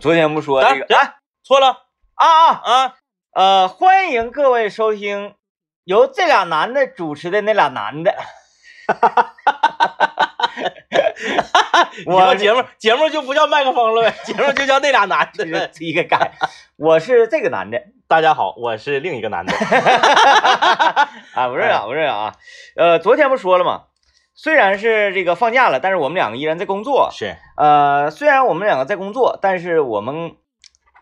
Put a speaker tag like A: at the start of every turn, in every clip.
A: 昨天不说
B: 来
A: 这个
B: 来，哎错了
A: 啊啊，
B: 啊！
A: 呃，欢迎各位收听由这俩男的主持的那俩男的，
B: 以后
A: 我
B: 节目节目就不叫麦克风了呗， 节目就叫那俩男
A: 这
B: 的。
A: 是一个干，我是这个男的
B: 大家好，我是另一个男 的。
A: 啊，不是啊，不是啊，呃，昨天不说了吗？虽然是这个放假了，但是我们两个依然在工作。
B: 是，
A: 呃，虽然我们两个在工作，但是我们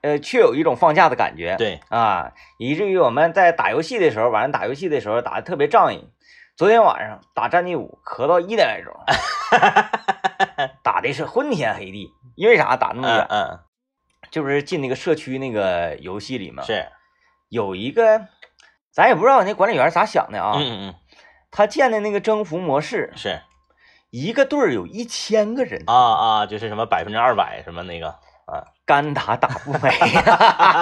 A: 呃却有一种放假的感觉。
B: 对，
A: 啊，以至于我们在打游戏的时候，晚上打游戏的时候打的特别仗义。昨天晚上打战地五，咳到一点来钟，打的是昏天黑地。因为啥打那么
B: 嗯
A: 远？
B: 嗯，
A: 就是进那个社区那个游戏里嘛，
B: 是，
A: 有一个，咱也不知道那管理员咋想的啊。
B: 嗯嗯
A: 他建的那个征服模式
B: 嗯，，是
A: 一个队儿有一千个人，
B: 啊啊，就是什么百分之二百什么那个，
A: 干打打不 没。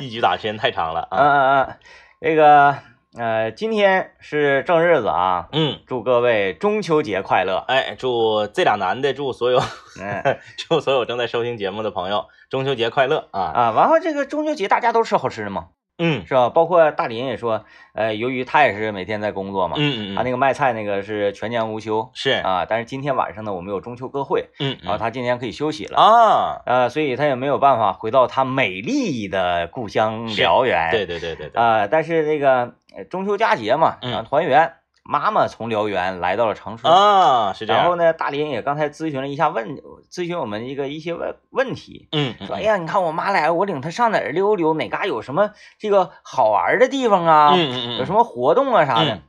B: 一局打时间太长了
A: 嗯
B: 啊。
A: 嗯嗯，那个呃，今天是正日子啊，
B: 嗯，
A: 祝各位中秋节快乐。
B: 哎，祝这俩男的，祝所有
A: 嗯
B: 祝所有正在收听节目的朋友中秋节快乐啊！
A: 啊，然后这个中秋节大家都吃好吃的嘛，
B: 嗯
A: 是吧？包括大林也说，呃，由于他也是每天在工作嘛，
B: 嗯嗯
A: 他那
B: 嗯，
A: 个卖菜那个是全年无休
B: 是，
A: 啊。但是今天晚上呢，我们有中秋歌会，
B: 嗯
A: 然后他今天可以休息了，
B: 啊，
A: 呃，所以他也没有办法回到他美丽的故乡辽源。
B: 对对对对对，
A: 啊、但是这个呃中秋佳节嘛，
B: 嗯
A: 然后团圆，妈妈从辽源来到了长春。
B: 啊，是这
A: 然后
B: 样。
A: 呢，大林也刚才咨询了一下问，咨询我们一个一些问问题，
B: 嗯，嗯
A: 说，哎
B: 嗯
A: 呀，你看我妈来，我领她上哪儿溜溜，哪嘎有什么这个好玩的地方啊，
B: 嗯嗯嗯，
A: 有什么活动啊啥的。
B: 嗯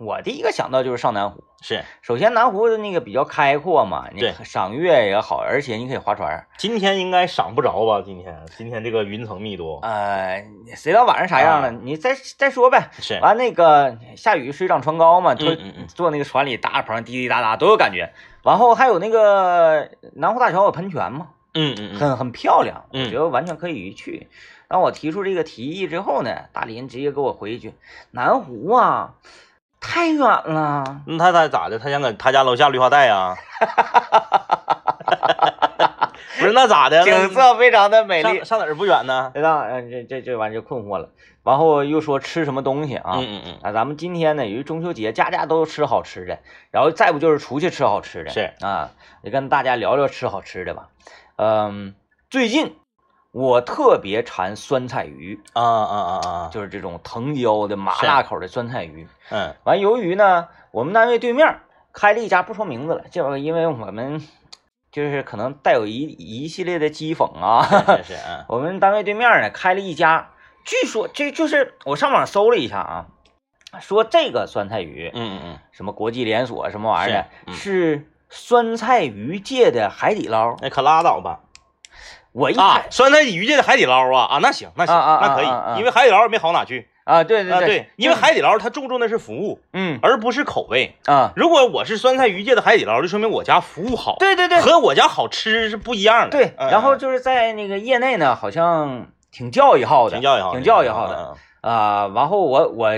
A: 我第一个想到就是上南湖。
B: 是，
A: 首先，南湖的那个比较开阔嘛，你
B: 对
A: 可赏月也好，而且你可以划船。
B: 今天应该赏不着吧？今天今天这个云层密度
A: 呃，谁知道晚上啥样了？
B: 啊
A: 你再再说呗。
B: 是，
A: 完那个下雨水涨船高嘛，坐、
B: 嗯嗯
A: 坐那个船里搭着棚滴滴答答都有感觉。然后还有那个南湖大桥有喷泉嘛，
B: 嗯嗯嗯，
A: 很很漂亮，我
B: 嗯
A: 觉得完全可以一去。当我提出这个提议之后呢，大林直接给我回一句：“南湖啊，太远了。
B: 那他他咋的？他想搁他家楼下绿化带 啊？不是那咋”的？那
A: 景色非常的美丽
B: 上。上哪儿不远呢？
A: 那让嗯这这这玩意儿就困惑了，然后又说吃什么东西啊？
B: 嗯嗯
A: 啊，咱们今天呢，由于中秋节，家家都吃好吃的，然后再不就是出去吃好吃的，
B: 是
A: 啊，也跟大家聊聊吃好吃的吧。嗯，最近我特别馋酸菜鱼，
B: 嗯啊啊啊啊！
A: 就是这种藤椒的麻辣口的酸菜鱼。
B: 嗯
A: 完，由于呢，我们单位对面儿开了一家，不说名字了，这个因为我们就是可能带有一一系列的讥讽啊。
B: 是是是嗯
A: 我们单位对面儿呢开了一家，据说这就是我上网搜了一下啊，说这个酸菜鱼，
B: 嗯嗯嗯，
A: 什么国际连锁什么玩意儿
B: 是
A: 的，
B: 嗯
A: 是酸菜鱼界的海底捞。
B: 那可拉倒吧
A: 我一
B: 啊！
A: 看
B: 酸菜鱼界的海底捞啊啊，那行那行
A: 啊啊啊
B: 那可
A: 啊啊
B: 以，因为海底捞也没好哪去
A: 啊，对
B: 啊。
A: 对
B: 对，因为海底捞它注重的是服务，
A: 嗯
B: 而不是口味。
A: 啊，
B: 如果我是酸菜鱼界的海底捞，就说明我家服务好。啊
A: 对对对，
B: 和我家好吃是不一样的。
A: 对，
B: 嗯
A: 然后
B: 嗯
A: 就是在那个业内呢，好像挺教育号的，
B: 挺教育好，
A: 挺教育号的
B: 嗯。
A: 啊、然后我我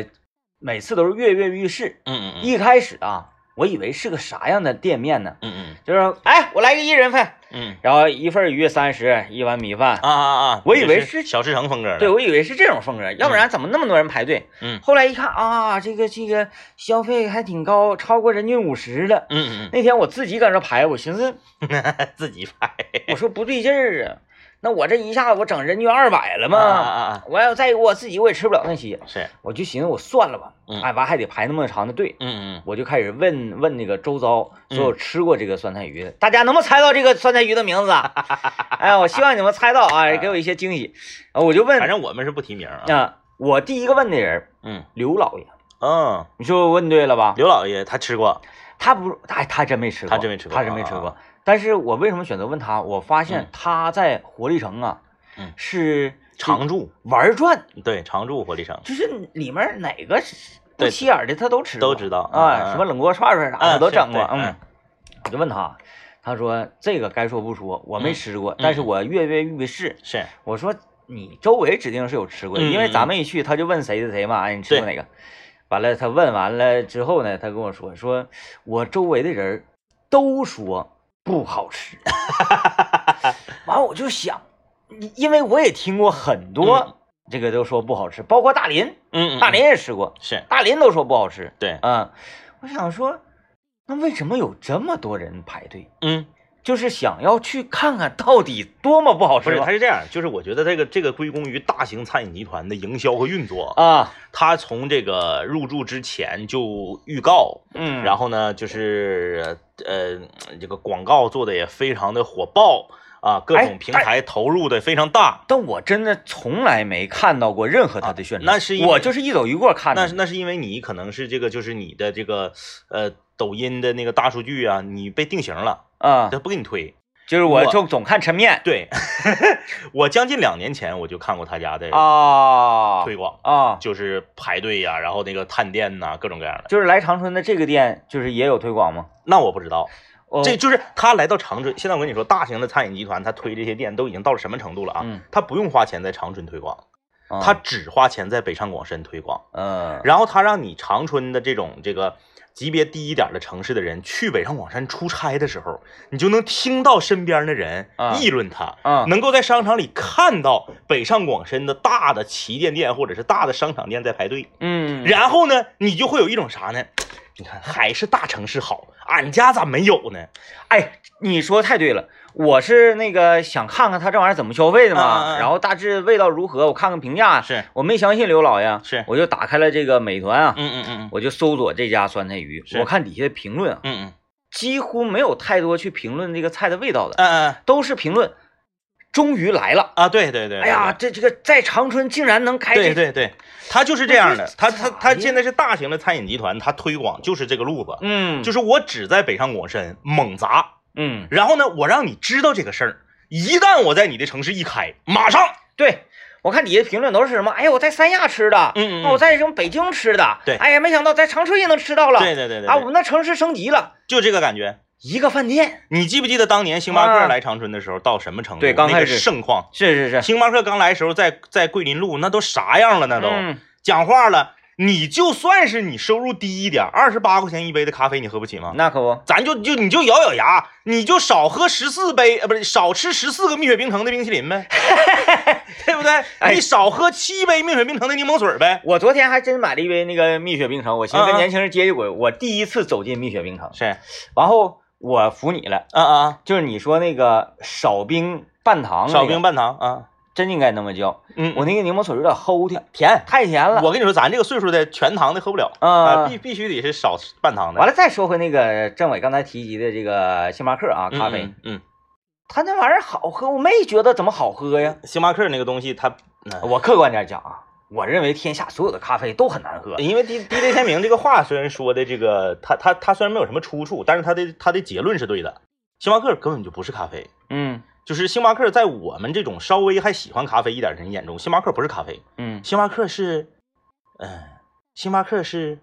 A: 每次都是跃跃欲试。
B: 嗯嗯嗯
A: 一开始啊，我以为是个啥样的店面呢？
B: 嗯
A: 就是哎，我来个一人份，
B: 嗯嗯
A: 然后一份鱼三十，一碗米饭。
B: 啊啊啊！
A: 我以为
B: 这
A: 是
B: 小吃城风格的。
A: 对，我以为是这种风格，要不然怎么那么多人排队？
B: 嗯
A: 后来一看啊，这个这个消费还挺高，超过人均五十了。
B: 嗯嗯
A: 那天我自己搁那排，我寻思，
B: 嗯， 自己拍
A: 我说不对劲儿啊，那我这一下我整人均二百了
B: 啊
A: 嘛。
B: 啊啊！
A: 我要再有我自己，我也吃不了那些。
B: 是，
A: 我就寻思，我算了吧，
B: 嗯
A: 哎，完还得排那么长的队，
B: 嗯嗯
A: 我就开始问问那个周遭
B: 嗯
A: 所有吃过这个酸菜鱼的，大家能不能猜到这个酸菜鱼的名字啊？ 哎，我希望你们猜到啊，给我一些惊喜。啊我就问
B: 嗯，反正我们是不提名啊。
A: 啊，我第一个问的人
B: 嗯
A: 刘老爷，
B: 嗯，
A: 你说我问对了吧？
B: 刘老爷他吃过，
A: 他不，哎，他真没吃过，
B: 他真没吃过
A: 他真没吃
B: 啊
A: 过。但是我为什么选择问他？我发现
B: 嗯
A: 他在活力城啊，
B: 嗯
A: 是
B: 常驻
A: 玩转
B: 对常驻活力城
A: 就是里面哪个是不
B: 对
A: 起眼儿的他都吃过，
B: 都知道
A: 啊，
B: 嗯
A: 什么冷锅串串啥的
B: 嗯
A: 都整过，
B: 是对
A: 嗯
B: 嗯。
A: 我就问他，他说这个该说不说，我没吃过，
B: 嗯
A: 但是我跃跃欲试。
B: 是
A: 我说你周围指定是有吃过的，
B: 嗯
A: 因为
B: 嗯
A: 咱们一去他就问谁谁谁嘛，哎，你吃过哪个？完了，他问完了之后呢，他跟我说，说我周围的人都说不好吃。 完我就想，因因为我也听过很多
B: 嗯
A: 这个都说不好吃，包括大林，
B: 嗯
A: 大林也吃过，
B: 是
A: 大林都说不好吃。
B: 对，
A: 嗯，我想说，那为什么有这么多人排队？
B: 嗯，
A: 就是想要去看看到底多么不好
B: 不
A: 吃
B: 是，
A: 吧
B: 他是这样，就是我觉得这个这个归功于大型餐饮集团的营销和运作，
A: 啊，
B: 他从这个入驻之前就预告，
A: 嗯，
B: 然后呢，就是呃，这个广告做的也非常的火爆啊，各
A: 哎
B: 种平台投入的非常大。
A: 但我真的从来没看到过任何他的宣传，
B: 啊那是因为
A: 我就是一走一过看
B: 那
A: 的
B: 是。那是因为你可能是这个就是你的这个呃抖音的那个大数据啊，你被定型了，
A: 啊、
B: 他不给你推。
A: 就是我
B: 我
A: 就总看抻面
B: 对， 我将近两年前我就看过他家的
A: 哦啊
B: 推广，
A: 啊，
B: 就是排队呀、然后那个探店呐、各种各样的。
A: 就是来长春的这个店，就是也有推广吗？
B: 那我不知道，
A: 哦
B: 这就是他来到长春。现在我跟你说，大型的餐饮集团他推这些店都已经到了什么程度了啊？
A: 嗯
B: 他不用花钱在长春推广。
A: 啊
B: 他只花钱在北上广深推广，
A: 嗯
B: 然后他让你长春的这种这个级别低一点的城市的人去北上广深出差的时候，你就能听到身边的人
A: 啊
B: 议论他，
A: 啊
B: 能够在商场里看到北上广深的大的旗舰店或者是大的商场店在排队，
A: 嗯，
B: 然后呢，你就会有一种啥呢？你看还是大城市好，俺家咋没有呢？
A: 哎，你说太对了，我是那个想看看他这玩意儿怎么消费的嘛，
B: 啊啊啊
A: 然后大致味道如何，我看看评价。
B: 是，
A: 我没相信刘老爷，
B: 是
A: 我就打开了这个美团啊，
B: 嗯嗯嗯
A: 我就搜索这家酸菜鱼，
B: 是
A: 我看底下的评论啊，
B: 嗯嗯
A: 几乎没有太多去评论这个菜的味道的，
B: 嗯嗯
A: 都是评论，终于来了。
B: 啊，对对对，
A: 哎呀，
B: 对。
A: 这这个在长春竟然能哎开这
B: 对对对，他就是这样的，
A: 那
B: 他
A: 是
B: 他
A: 咋
B: 他
A: 的
B: 现在是大型的餐饮集团，他推广就是这个路子，
A: 嗯，
B: 就是是我只在北上广深猛砸，
A: 嗯，
B: 然后呢，我让你知道这个事儿，一旦我在你的城市一开，马上，
A: 对我看底下评论都是什么，哎呀，我在三亚吃的，哦
B: 嗯嗯
A: 那我在什么北京吃的，
B: 对
A: 哎呀，没想到在长春也能吃到了，
B: 对对对对
A: 啊，
B: 对
A: 我们那城市升级了，
B: 就这个感觉。
A: 一个饭店，
B: 你记不记得当年星巴
A: 啊
B: 克来长春的时候到什么程度？
A: 对刚
B: 那
A: 开
B: 个
A: 始
B: 盛况。
A: 是是是，
B: 星巴克刚来的时候在在桂林路那都啥样了？那都、
A: 嗯
B: 讲话了，你就算是你收入低一点，二十八块钱一杯的咖啡，你喝不起吗？
A: 那可不，
B: 咱就就你就咬咬牙，你就少喝十四杯，呃，不是少吃十四个蜜雪冰城的冰淇 淋呗，对不对？
A: 哎
B: 你少喝七杯蜜雪冰城的柠檬水呗。
A: 我昨天还真买了一杯那个蜜雪冰城，我寻思
B: 啊
A: 跟
B: 啊
A: 年轻人接接轨，我第一次走进蜜雪冰城，
B: 是，啊
A: 然后我服你了，
B: 啊，
A: 就是你说那个少冰半糖、
B: 少冰，半糖啊，
A: 真应该那么叫，
B: 嗯，
A: 我那个柠檬水有点齁甜，
B: 甜。
A: 太甜了，
B: 我跟你说，咱这个岁数的全糖的喝不了
A: 啊
B: 啊，必必须得是少半糖的。
A: 完了，
B: 了，
A: 再说回那个政委刚才提及的这个星巴克啊，咖啡，
B: 嗯，
A: 它那玩意儿好喝，我没觉得怎么好喝呀。
B: 嗯，星巴克那个东西它，呃
A: 我客观点讲啊，我认为天下所有的咖啡都很难喝。
B: 因为 D D J 天明这个话虽然说的这个，他他他虽然没有什么出处，但是他的他的结论是对的，星巴克根本就不是咖啡。
A: 嗯
B: 就是星巴克在我们这种稍微还喜欢咖啡一点的人眼中，星巴克不是咖啡，
A: 嗯，
B: 星巴克是，嗯、星巴克是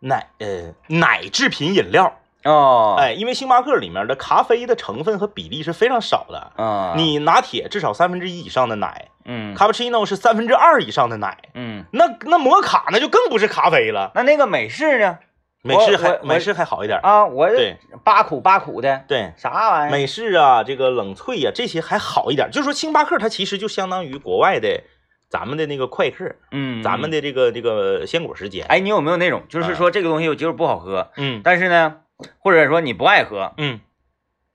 B: 奶呃奶制品饮料，
A: 哦，，
B: 哎，因为星巴克里面的咖啡的成分和比例是非常少的，
A: 啊，，
B: 你拿铁至少三分之一以上的奶，
A: 嗯，
B: 卡布奇诺是三分之二以上的奶，
A: 嗯，
B: 那那摩卡那就更不是咖啡了，
A: 那那个美式呢？
B: 美式还
A: 我我
B: 美式还好一点，
A: 啊，我
B: 对
A: 八苦八苦的，
B: 对。
A: 啥玩意儿？
B: 美式啊，这个冷萃呀、这些还好一点。就是说，星巴克它其实就相当于国外的咱们的那个快客，
A: 嗯，
B: 咱们
A: 的，
B: 的嗯这个这个鲜果时间。，
A: 哎，你有没有那种，就是说这个东西我就是不好喝，
B: 嗯
A: 但是呢，或者说你不爱喝，
B: 嗯，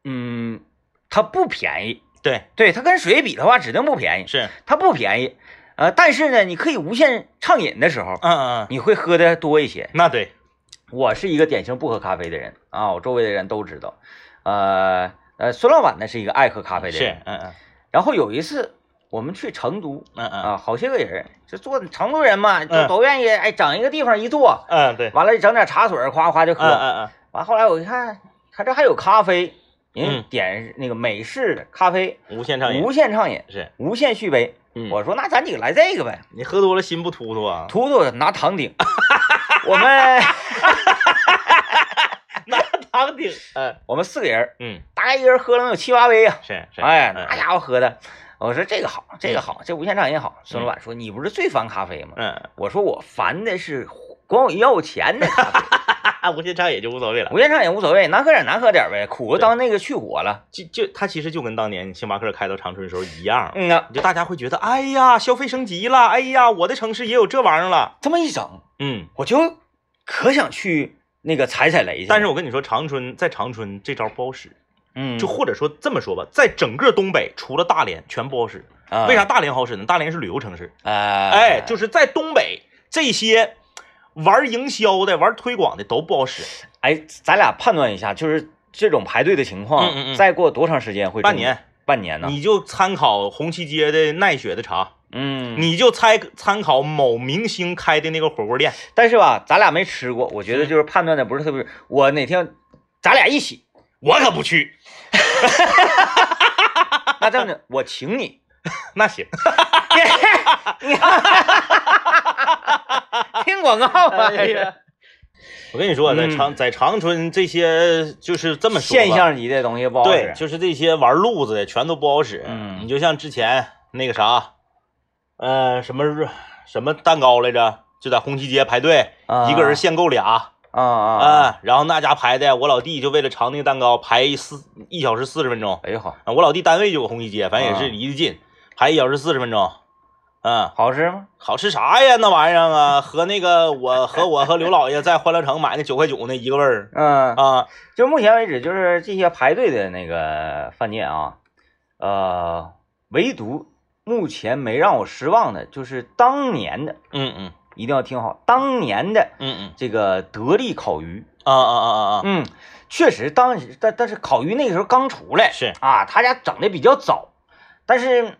A: 嗯，它不便宜，
B: 对，
A: 对，它跟水比的话，指定不便宜，
B: 是，
A: 它不便宜，呃，但是呢，你可以无限畅饮的时候，
B: 嗯嗯，
A: 你会喝的多一些。
B: 那对，
A: 我是一个典型不喝咖啡的人啊，我周围的人都知道。呃呃，孙老板呢是一个爱喝咖啡的
B: 是
A: 人。，
B: 嗯嗯
A: 然后有一次我们去成都
B: 嗯嗯
A: 啊，好些个人，就坐成都人嘛，就
B: 嗯
A: 都愿意哎整一个地方一坐，
B: 嗯，对，
A: 完了整点茶水儿夸夸就
B: 嗯
A: 喝。
B: 嗯
A: 完后来我一看，他这还有咖啡，人
B: 嗯
A: 点那个美式的咖啡，
B: 嗯，无限畅饮
A: 无限畅饮，
B: 是，
A: 无限续杯。
B: 嗯
A: 我说那咱几个来这个呗，
B: 你喝多了心不突 突啊？
A: 图图拿糖 顶，我们
B: 糖顶，嗯
A: 我们四个人，
B: 嗯，
A: 大概一人喝了能有七八杯呀、
B: 是是，
A: 哎，
B: 嗯
A: 那家伙喝的，我说这个好，这个好，这无限畅饮好。孙老板说你不是最烦咖啡吗？
B: 嗯
A: 我说我烦的是管我要钱呢。
B: 啊，无限畅也就无所谓了。
A: 无限畅也无所谓，难喝点难喝点呗，苦
B: 对
A: 当那个去火了。
B: 就就它其实就跟当年星巴克开到长春的时候一样，
A: 嗯呐，
B: 就大家会觉得，哎呀，消费升级了，哎呀，我的城市也有这玩意儿了。
A: 这么一整，
B: 嗯，
A: 我就可想去那个踩踩雷去。
B: 但是，我跟你说，长春在长春这招不好使，
A: 嗯，
B: 就或者说这么说吧，在整个东北除了大连全不好使。
A: 啊
B: 为啥？大连好使呢？大连是旅游城市，
A: 哎
B: 哎，就是在东北这些玩营销的、玩推广的都不好使。
A: 哎，咱俩判断一下，就是这种排队的情况，
B: 嗯嗯嗯
A: 再过多长时间会？
B: 半年，
A: 半年呢？
B: 你就参考红旗街的奈雪的茶，
A: 嗯，
B: 你就参参考某明星开的那个火锅店，
A: 但是吧，咱俩没吃过，我
B: 嗯
A: 觉得就是判断的不是特别。我哪天咱俩一 起，
B: 我可不去。
A: 那这样的，我请 你。
B: 那行，
A: 听广告吧，
B: 哎呀我跟你说，在长在长春这些就是这么说吧
A: 现，象级的东西不好
B: 对
A: 使，。
B: 就是这些玩路子的全都不好使。
A: 嗯
B: 你就像之前那个啥，呃，什么什么蛋糕来着，就在红旗街排队，
A: 啊
B: 一个人限购俩。
A: 啊啊！
B: 啊，然后那家排的，我老弟就为了尝那个蛋糕排一四一小时四十分钟。
A: 哎呦好，
B: 啊我老弟单位就有红旗街，反正也
A: 啊
B: 是离得近，排一小时四十分钟。嗯，
A: 好吃吗？
B: 好吃啥呀？那玩意儿啊，和那个我和我和刘老爷在欢乐城买那九块九那一个味儿
A: 嗯，
B: 啊。
A: 就目前为止，就是这些排队的那个饭店啊，呃，唯独目前没让我失望的，就是当年的，
B: 嗯嗯
A: 一定要听好，当年的
B: 嗯嗯
A: 这个得力烤鱼，
B: 啊啊啊啊啊！
A: 嗯，确实当时，但但是烤鱼那个时候刚出来，
B: 是
A: 啊，他家整的比较早，但是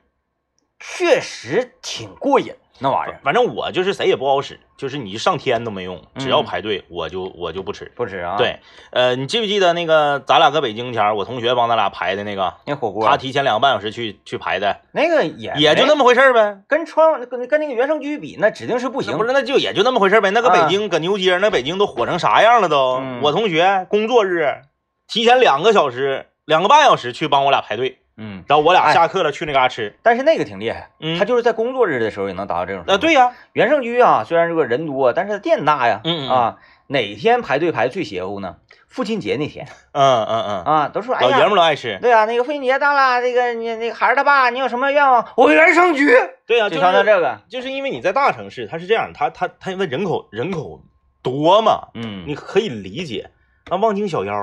A: 确实挺过瘾，那玩意儿
B: 反正我就是谁也不好使，就是你上天都没用，只要
A: 嗯
B: 排队我就我就不吃。
A: 不吃啊，，
B: 对，呃，你记不记得那个咱俩搁北京前儿，我同学帮咱俩排的那个，
A: 那火锅，
B: 他提前两个半小时去去排的，
A: 那个也
B: 也
A: 哎
B: 就
A: 没
B: 那么回事儿呗。
A: 跟川跟跟那个原生居比，那指定是不
B: 不
A: 行
B: 不，是，那就也就那么回事呗。那搁
A: 啊
B: 北京，搁牛街，那北京都火成啥样了都。
A: 嗯
B: 我同学工作日提前两个小时、两个半小时去帮我俩排队，
A: 嗯。
B: 然后我俩
A: 哎
B: 下课了去那嘎吃。
A: 但是那个挺厉害，
B: 嗯
A: 他就是在工作日的时候也能达到这种。
B: 啊，，对呀，
A: 原盛居啊，虽然这个人多，但是店大呀。
B: 嗯嗯
A: 啊，哪天排队排最邪乎呢？父亲节那天
B: 嗯嗯嗯，
A: 啊，都说哎
B: 老
A: 呀，
B: 爷们儿都爱吃。
A: 对啊，那个父亲节到了，这个你那个孩儿他爸，你有什么愿望？我原盛居，
B: 对
A: 就
B: 呀，啊就
A: 传到
B: 是
A: 这个，
B: 就是因为你在大城市，它是这样，它它它因为人口人口多嘛，
A: 嗯，
B: 你可以理解。那望京小腰，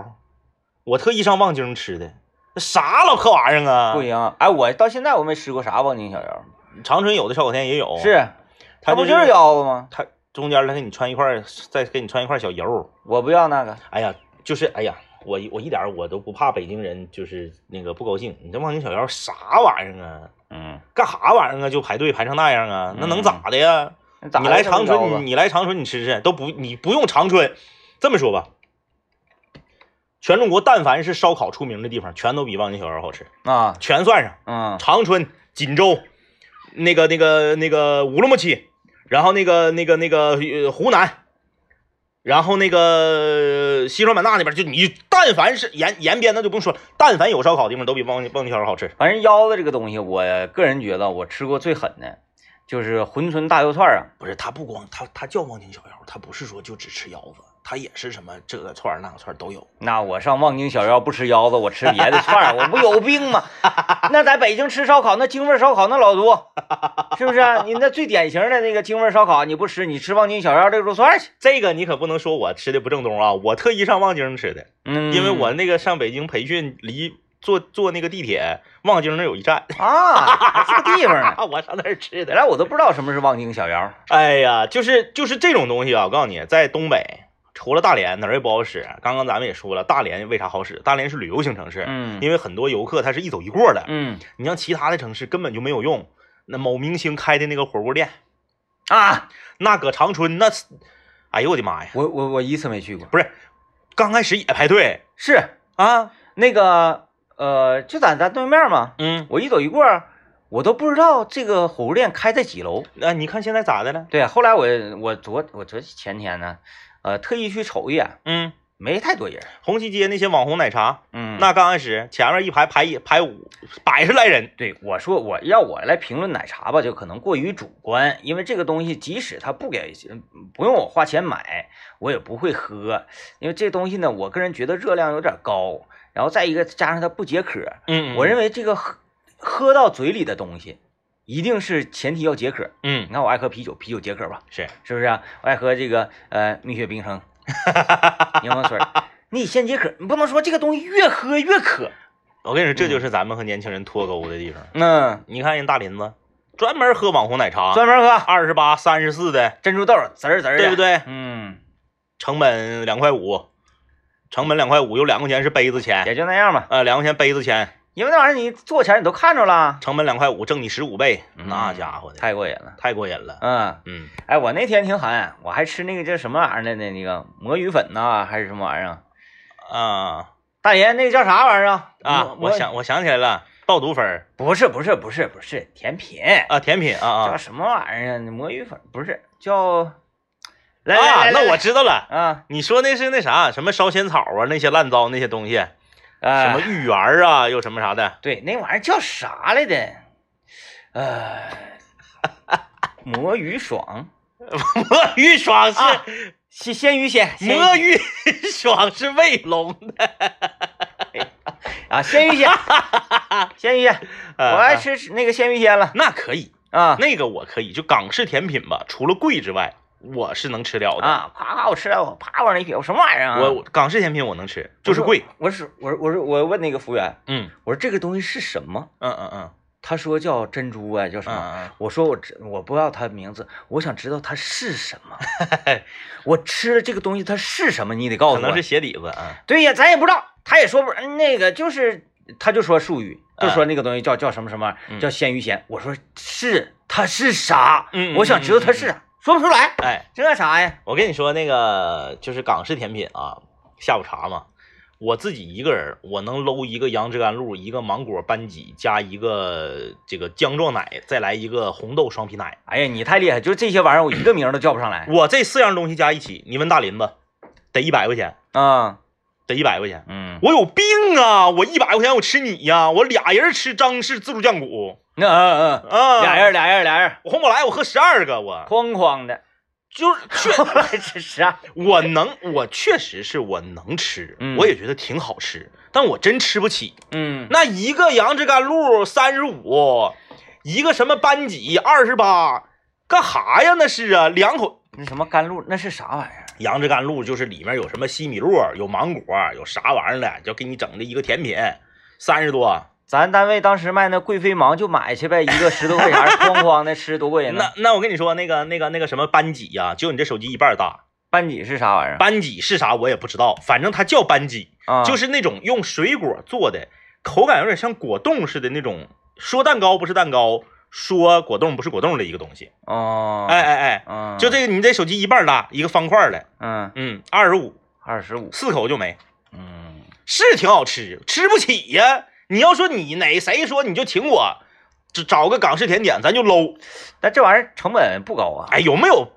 B: 我特意上望京吃的，那啥老破玩意儿啊
A: 不？行。哎，我到现在我没吃过啥望京小腰，
B: 长春有的烧烤店也有，
A: 是
B: 它
A: 它不就是腰子吗？
B: 它中间它给你穿一块儿，再给你穿一块儿小油。
A: 我不要那个，
B: 哎呀，就是哎呀，我一我一点儿我都不怕北京人就是那个不高兴。你这望京小腰啥玩意儿啊？
A: 嗯，
B: 干啥玩意儿啊？就排队排成那样啊？那能咋的呀？
A: 那咋
B: 你来
A: 还这么
B: 长
A: 腰
B: 春，
A: 子
B: 你你来长春，你吃吃都不你不用长春。这么说吧，全中国但凡是烧烤出名的地方，全都比望京小腰好吃，
A: 啊，
B: 全算上。
A: 嗯
B: 长春、锦州，那个、那个、那个乌鲁木齐，然后那个、那个、那个、呃湖南，然后那个呃西双版纳那边，就你但凡是沿沿边那就不用说了，但凡有烧烤的地方都比望望京小烧好吃。
A: 反正腰子这个东西，我个人觉得我吃过最狠的，就是珲春大肉串儿啊。
B: 不是，他不光他他叫望京小腰，他不是说就只吃腰子，他也是什么这个串儿那个串儿都有。
A: 那我上望京小腰不吃腰子，我吃别的串儿，我不有病吗？那在北京吃烧烤，那京味儿烧烤那老多，是不是、啊？你那最典型的那个京味儿烧烤你不吃，你吃望京小腰这个肉串儿去。
B: 这个你可不能说我吃的不正宗啊，我特意上望京吃的，
A: 嗯，
B: 因为我那个上北京培训离坐坐那个地铁望京那有 一站，
A: 啊，还是个地方呢。
B: 啊，我上那儿吃的
A: 本。来我都不知道什么是望京小腰。
B: 哎呀，就是就是这种东西啊！我告诉你，在东北除了大连哪儿也不好使。刚刚咱们也说了，大连为啥好使？大连是旅游型城市，
A: 嗯
B: 因为很多游客他是一走一过的。
A: 嗯
B: 你像其他的城市根本就没有用。那某明星开的那个火锅店，
A: 啊，
B: 那搁长春那是，哎呦我的妈呀！
A: 我我我一次没去过，
B: 不是，刚开始也排队
A: 是
B: 啊，
A: 那个呃，就在咱对面嘛，
B: 嗯，
A: 我一走一过儿，我都不知道这个火锅店开在几楼。
B: 那、你看现在咋的了？
A: 对啊，后来我我昨我昨前天呢，呃，特意去瞅一眼，
B: 嗯，
A: 没太多人。
B: 红旗街那些网红奶茶，
A: 嗯那
B: 那刚开始前面一排排一排五百十来人，
A: 对我说，我要我来评论奶茶吧，就可能过于主观，因为这个东西即使它不给不用我花钱买，我也不会喝，因为这东西呢，我个人觉得热量有点高，然后再一个加上它不解渴，
B: 嗯
A: 我认
B: 为，
A: 为这个喝喝到嘴里的东西，一定是前提要解渴。
B: 嗯
A: 你看我爱喝啤酒，啤酒解渴吧，
B: 是，
A: 是不是、啊？我爱喝这个呃蜜雪冰城、柠檬水儿，你先解渴，你不能说这个东西越喝越渴。
B: 我跟你说，这就是咱们和年轻人脱钩的地方。
A: 嗯，
B: 你看人大林子，专门喝网红奶茶，
A: 专门啊喝
B: 二十八、三十四的，
A: 珍珠豆儿，滋儿滋儿的，
B: 啊对不？对？
A: 嗯，
B: 成本两块五，成本两块五，有两块钱是杯子钱，
A: 也就那样吧。
B: 呃，两块钱杯子钱，
A: 因为那玩意儿你做前你都看着了，
B: 成本两块五，挣你十五倍，
A: 嗯
B: 那家伙的
A: 太过瘾了。
B: 太过瘾了。
A: 嗯，
B: 嗯，
A: 哎，我那天挺馋，我还吃那个叫什么玩意儿来的，那个魔芋粉呐，还是什么玩意儿啊？
B: 啊
A: 大爷，那个叫啥玩意儿啊？
B: 啊，
A: 魔
B: 我想我想起来了，爆肚粉儿
A: 不是不是不是不是甜品，
B: 啊，甜品啊
A: 叫
B: 啊
A: 什么玩意儿啊？魔芋粉不是叫，来来
B: 啊，
A: 来来
B: 那
A: 来
B: 我知道了，
A: 啊
B: 你说那是那啥，什么烧仙草啊，那些烂糟那些东西，
A: 啊
B: 什么芋圆儿啊，又什么啥的，
A: 对那玩意儿叫啥来着？呃，魔芋爽
B: 魔 芋爽
A: 啊
B: 是，
A: 鲜鲜芋仙鲜
B: 魔
A: 芋
B: 芋 爽是卫龙的，
A: 啊鲜芋仙 鲜芋仙，我爱
B: 啊
A: 吃吃那个鲜芋仙了
B: 那可以，
A: 啊
B: 那个我可以，就港式甜品吧，除了贵之外，我是能吃了的。
A: 啊啪啪我吃了我啪往那一撇我什么玩意儿啊？
B: 我我港式甜品我能吃，就是贵。
A: 我是我是我是我问那个服务员
B: 嗯
A: 我说这个东西是什么？
B: 嗯嗯嗯
A: 他说叫珍珠啊，叫什
B: 嗯
A: 么？
B: 嗯
A: 我说我知我不知道它名字，我想知道它是什 么。我吃了这个东西，它是什么？你得告
B: 嗯，可
A: 诉我。
B: 能是鞋底子啊。
A: 对呀，咱也不知道，他也说不嗯那个，就是他就说术语，就说那个东西叫叫什么什么，
B: 嗯
A: 叫鲜鱼鲜。我说是，它是啥？
B: 嗯嗯
A: 我想知道它是啥，说不出来，
B: 哎，
A: 这啥呀？
B: 我跟你说，那个就是港式甜品啊，下午茶嘛，我自己一个人，我能搂一个杨枝甘露，一个芒果班戟，加一个这个姜撞奶，再来一个红豆双皮奶。
A: 哎呀，你太厉害，就这些玩意儿，我一个名儿都叫不上来
B: 我这四样东西加一起，你问大林子，得一百块钱，
A: 啊。
B: 得一百块钱。
A: 嗯，
B: 我有病啊！我一百块钱我吃你呀、我俩人吃张氏自助酱骨
A: 那嗯
B: 啊，
A: 嗯，俩人儿俩人儿俩人儿，
B: 我红宝来我喝十二个，我
A: 哐哐的，
B: 就是 确
A: 后来是啥？
B: 我能，我确实是我能吃，
A: 嗯
B: 我也觉得挺好吃，但我真吃不起。
A: 嗯，
B: 那一个杨枝甘露三十五，一个什么班戟二十八，干哈呀？那是啊，两口
A: 那什么甘露那是啥玩意儿？
B: 杨枝甘露就是里面有什么西米露，有芒果，有啥玩意儿的，就给你整的一个甜品，三十多。
A: 咱单位当时卖那贵妃芒就买去呗，一个十多块钱儿，哐哐的吃多过瘾呢。
B: 那那我跟你说，那个那个那个什么班戟呀、就你这手机一半大。
A: 班戟是啥玩意儿？
B: 班戟是啥我也不知道，反正它叫班戟。
A: 啊，
B: 就是那种用水果做的，口感有点像果冻似的那种。说蛋糕不是蛋糕，说果冻不是果冻的一个东西。
A: 哦，
B: 哎，哎哎，
A: 嗯，
B: 就，这个，你这手机一半大，一个方块的，
A: 嗯，
B: 嗯，二十五，
A: 二十五，
B: 四口就没，
A: 嗯，
B: 是挺好吃，吃不起呀。你要说你哪谁说你就请我，找找个港式甜点咱就搂，
A: 但这玩意儿成本不高啊。
B: 哎，有没有？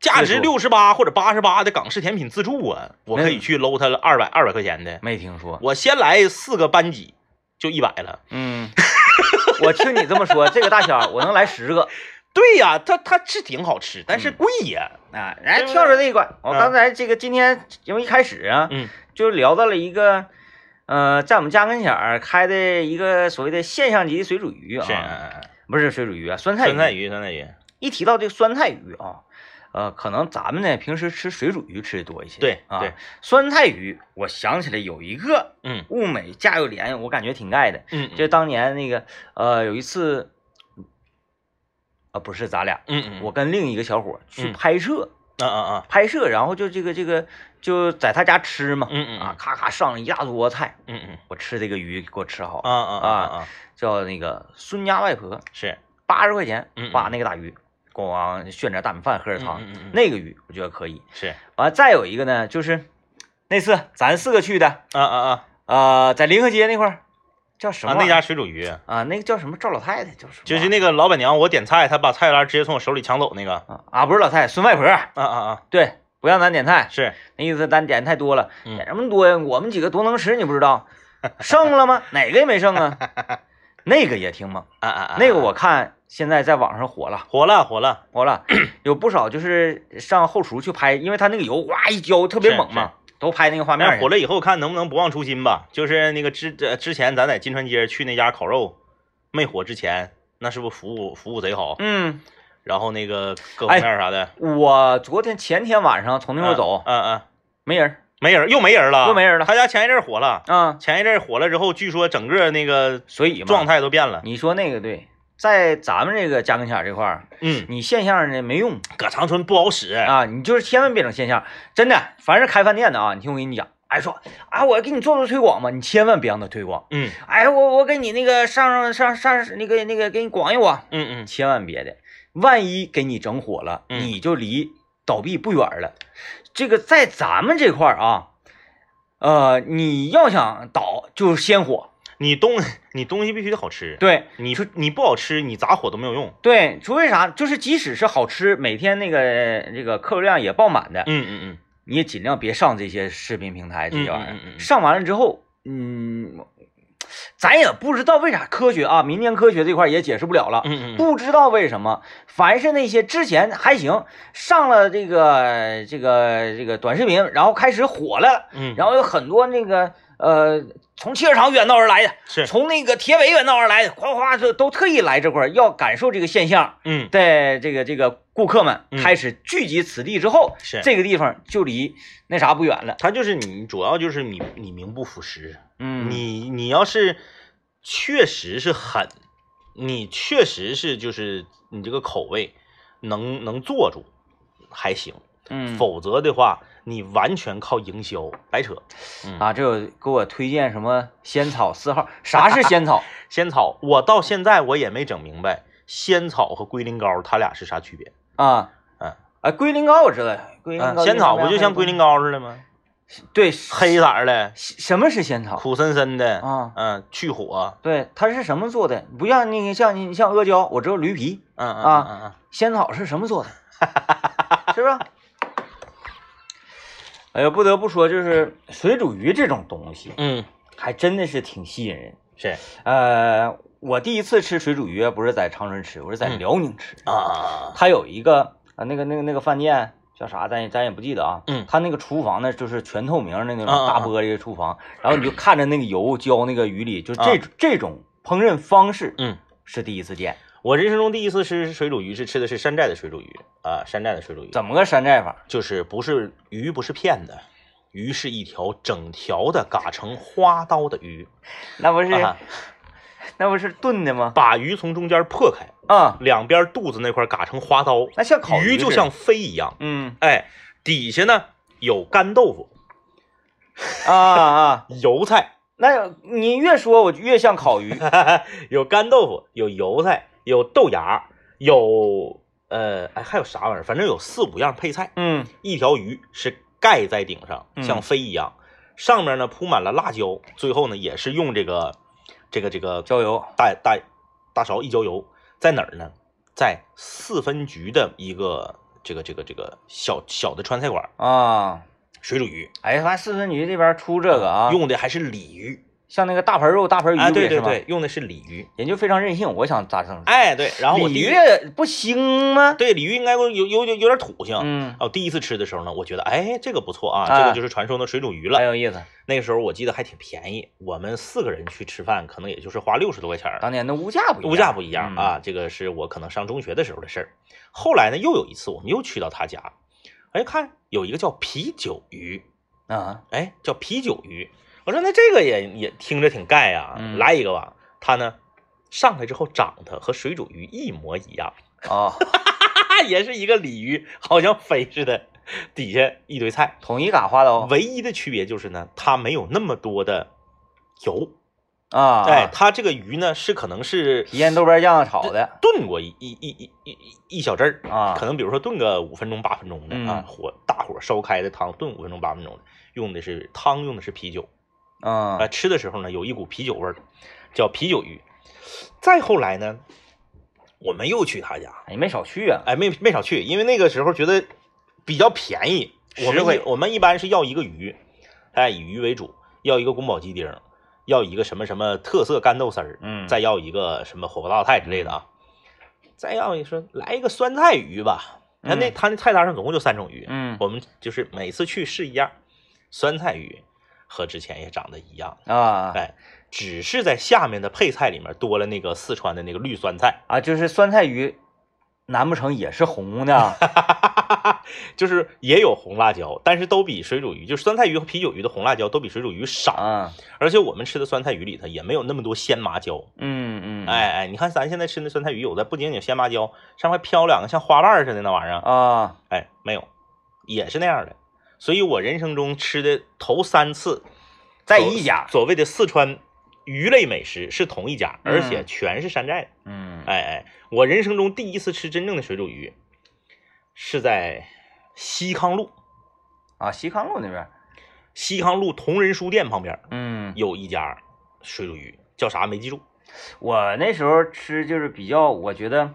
B: 价值
A: 自助
B: 六十八或者八十八的港式甜品自助啊，我可以
A: 嗯
B: 去搂它二百二百块钱的。
A: 没听说，
B: 我先来四个班戟，就一百了。
A: 嗯， 我听你这么说，这个大小我能来十个
B: 对呀、它它是挺好吃，但是贵呀。
A: 啊。
B: 对
A: 来
B: 不对
A: 跳出这一关，我
B: 嗯
A: 刚才这个今天因为一开始啊，
B: 嗯，
A: 就聊到了一个，呃，在我们家跟前儿开的一个所谓的现象级水煮鱼
B: 是
A: 啊，不是水煮鱼啊，酸菜
B: 酸菜
A: 鱼。
B: 鱼，酸菜鱼，
A: 一提到这个酸菜鱼啊，呃，可能咱们呢平时吃水煮鱼吃的多一些，
B: 对
A: 啊
B: 对，
A: 酸菜鱼，我想起来有一个
B: 嗯
A: 物美价又廉，我感觉挺盖的。
B: 嗯，
A: 就当年那个呃，有一次，啊，不是咱俩，
B: 嗯嗯，
A: 我跟另一个小伙去
B: 嗯
A: 拍摄，
B: 啊啊啊，
A: 拍摄，然后就这个这个就在他家吃嘛，
B: 嗯嗯
A: 啊，咔咔上了一大桌菜，
B: 嗯嗯
A: 我吃这个鱼给我吃好，
B: 啊啊啊啊，
A: 叫那个孙家外婆，
B: 是
A: 八十块钱
B: 嗯嗯
A: 把那个大鱼，咣炫点大米饭，喝点汤，
B: 嗯
A: 那个鱼我觉得可以。
B: 是
A: 完、了再有一个呢，就是那次咱四个去的，
B: 啊啊啊
A: 呃，在临河街那块儿叫什
B: 啊
A: 么
B: 那
A: 玩意
B: 家
A: 儿？
B: 水煮鱼，
A: 啊，那个叫什么赵老太太，叫什么玩意儿？啊
B: 就是那个老板娘，我点菜，她把菜单直接从我手里抢走那个，
A: 啊啊，不是老太太，孙外婆，
B: 啊啊啊，
A: 对，不让咱点菜，
B: 是，
A: 那意思咱点太多了，
B: 嗯
A: 点什么多呀？我们几个多能吃，你不知道？剩了吗？哪个也没剩 啊。那个也挺猛，
B: 啊啊啊，
A: 那个我看现在在网上火了，
B: 火了火了，
A: 火 了，有不少就是上后厨去拍，因为他那个油哇一浇特别
B: 是
A: 猛嘛，都拍那个画面
B: 那
A: 儿去。
B: 火了以后看能不能不忘初心吧。就是那个之呃之前咱在金川街去那家烤肉，没火之前，那是不是服务服务贼好？
A: 嗯，
B: 然后那个各方面啥的，
A: 我昨天前天晚上从那块儿走，
B: 嗯嗯，
A: 没人儿
B: 没人又没人了，
A: 又没人了
B: 他家前一阵火了，
A: 啊，
B: 前一阵火了之后，据说整个那个
A: 所以嘛，
B: 状态都变了。
A: 你说那个对，在咱们这个嘉陵卡这块儿，
B: 嗯，
A: 你现象呢没用
B: 搁长春不好使。
A: 啊，你就是千万别整现象，真的，凡是开饭店的啊，你听我跟你讲，哎说啊，我给你做做推广嘛，你千万别让他推广，
B: 嗯
A: 哎我我给你那个上上上那个那个给你广一广，
B: 嗯嗯，
A: 千万别的，万一给你整火了，
B: 嗯
A: 你就离倒闭不远了。这个在咱们这块儿啊，呃，你要想倒就是先火，
B: 你东你东西必须得好吃。
A: 对
B: 你说你不好吃，你咋火都没有用。
A: 对，除非啥，就是即使是好吃，每天那个这个客流量也爆满的，
B: 嗯嗯
A: 你也尽量别上这些视频平台这些玩意儿。
B: 嗯嗯嗯嗯
A: 上完了之后，嗯，咱也不知道为啥科学啊，民间科学这块儿也解释不了了。
B: 嗯嗯嗯嗯，
A: 不知道为什么，凡是那些之前还行，上了这个这个这个短视频，然后开始火了，
B: 嗯，
A: 然后有很多那个呃，从汽车厂远道而来的，
B: 是，
A: 从那个铁北远道而来的，哗哗这都特意来这块儿要感受这个现象。
B: 嗯
A: 在这个这个顾客们
B: 嗯
A: 开始聚集此地之后，
B: 是，
A: 这个地方就离那啥不远了。
B: 他就是你，主要就是你你名不副实。
A: 嗯，
B: 你你要是确实是狠，你确实是就是你这个口味能能做住还行，
A: 嗯
B: 否则的话你完全靠营销白扯。嗯
A: 啊，这有给我推荐什么仙草四号？ 啥是仙 草？
B: 仙草，我到现在我也没整明白仙草和龟苓膏它俩是啥区别。
A: 啊，
B: 嗯
A: 啊，龟苓膏我知道，龟苓
B: 嗯
A: 膏、
B: 仙草不就像龟苓
A: 膏？
B: 膏似的吗？
A: 对，
B: 黑色儿的，
A: 什么是仙草
B: 苦参参的，
A: 啊？
B: 嗯，去火，
A: 对，它是什么做的？不像那个像你像阿胶，我知道驴皮，
B: 嗯嗯
A: 啊
B: 嗯嗯
A: 仙草是什么 做的？是不是？哎呀，不得不说，就是水煮鱼这种东西，
B: 嗯，嗯
A: 还真的是挺吸引人。
B: 是
A: 呃，我第一次吃水煮鱼不是在长春吃，我是在
B: 嗯
A: 辽宁吃。
B: 啊，
A: 它有一个啊、那个那个那个饭店叫啥，咱也咱也不记得啊。
B: 嗯
A: 它那个厨房呢，就是全透明的那种
B: 啊啊啊
A: 大玻璃的厨房，然后你就看着那个油浇那个鱼里，就这、
B: 啊
A: 这种烹饪方式
B: 嗯。
A: 是第一次见。
B: 我人生中第一次吃水煮鱼是吃的是山寨的水煮鱼啊，山寨的水煮鱼，
A: 怎么个山寨法？
B: 就是不是鱼不是片的，鱼是一条整条的嘎成花刀的鱼，
A: 那不是、
B: 啊、
A: 那不是炖的吗？
B: 把鱼从中间破开，
A: 啊、
B: 两边肚子那块嘎成花刀，
A: 那像烤
B: 鱼
A: 鱼
B: 就
A: 似的
B: 像飞一样，
A: 嗯
B: 哎，底下呢有干豆腐、
A: 啊啊，
B: 油菜，
A: 那你越说我就越像烤鱼
B: 有干豆腐，有油菜，有豆芽，有呃，哎，还有啥玩意儿？反正有四五样配菜。
A: 嗯
B: 一条鱼是盖在顶上，
A: 嗯
B: 像飞一样，上面呢铺满了辣椒，最后呢也是用这个这个这个
A: 浇油
B: 大大大勺一浇油，在哪儿呢？在四分局的一个这个这个这个小小的川菜馆，
A: 啊。
B: 水煮鱼
A: 哎，完四川局这边出这个啊，
B: 用的还是鲤鱼，
A: 像那个大盆肉、大盆鱼
B: 哎，对
A: 不也
B: 对
A: 是吗，
B: 对，用的是鲤鱼，
A: 人就非常任性，我想咋整
B: 哎对，然后我
A: 鲤
B: 第一
A: 鱼不腥吗？
B: 对鲤鱼应该有有有有点土性。
A: 嗯，
B: 哦，第一次吃的时候呢，我觉得哎，这个不错啊，
A: 哎
B: 这个就是传说的水煮鱼了
A: 很。有意思。
B: 那个时候我记得还挺便宜，我们四个人去吃饭，可能也就是花六十多块钱儿，
A: 当年的物价不一样，
B: 物价不一
A: 啊
B: 样
A: 嗯
B: 啊。这个是我可能上中学的时候的事儿。后来呢，又有一次我们又去到他家，哎，看有一个叫啤酒鱼，
A: 啊，
B: 哎，叫啤酒鱼。我说那这个也也听着挺盖呀、
A: 嗯
B: 来一个吧。他呢上来之后长得和水煮鱼一模一样，
A: 哦，
B: 哈哈，也是一个鲤鱼，好像飞似的，底下一堆菜。
A: 统一嘎花 刀
B: 唯一的区别就是呢，它没有那么多的油。
A: 啊，
B: 哎，，它这个鱼呢是可能是
A: 皮腌豆瓣酱炒的
B: 炖过一一一一一一一小阵儿，
A: 啊
B: 可，能比如说炖个五分钟八分钟的
A: 嗯
B: 啊，火大火烧开的汤炖五分钟八分钟的，用的是汤用的是啤酒，啊、
A: 嗯
B: 吃的时候呢有一股啤酒味儿，叫啤酒鱼。再后来呢，我们又去他家，哎
A: 你没少去啊，
B: 哎，没没少去，因为那个时候觉得比较便宜，
A: 实
B: 我们
A: 惠
B: 一我们一般是要一个鱼，哎，以鱼为主，要一个宫保鸡丁，要一个什么什么特色干豆丝儿，
A: 嗯
B: 再要一个什么火爆大菜之类的啊，再要一说来一个酸菜鱼吧。他那
A: 嗯
B: 他那菜单上总共就三种鱼，
A: 嗯
B: 我们就是每次去试一样，酸菜鱼和之前也长得一样，
A: 啊
B: 哎，只是在下面的配菜里面多了那个四川的那个绿酸菜，
A: 啊，就是酸菜鱼，难不成也是红的？啊
B: 就是也有红辣椒，但是都比水煮鱼，就是酸菜鱼和啤酒鱼的红辣椒都比水煮鱼少，
A: 啊，
B: 而且我们吃的酸菜鱼里头也没有那么多鲜麻椒。
A: 嗯嗯，
B: 哎哎，你看咱现在吃那酸菜鱼，有的不仅仅有鲜麻椒，上面飘两个像花瓣儿似的那玩意儿，
A: 啊，
B: 哎，没有，也是那样的。所以我人生中吃的头三次，
A: 在一家，
B: 所谓的四川鱼类美食是同一家，
A: 嗯
B: 而且全是山寨的。
A: 嗯
B: 哎哎，我人生中第一次吃真正的水煮鱼，是在西康路
A: 啊，西康路那边，
B: 西康路同仁书店旁边
A: 嗯，
B: 有一家水煮鱼，叫啥没记住。
A: 我那时候吃就是比较，我觉得，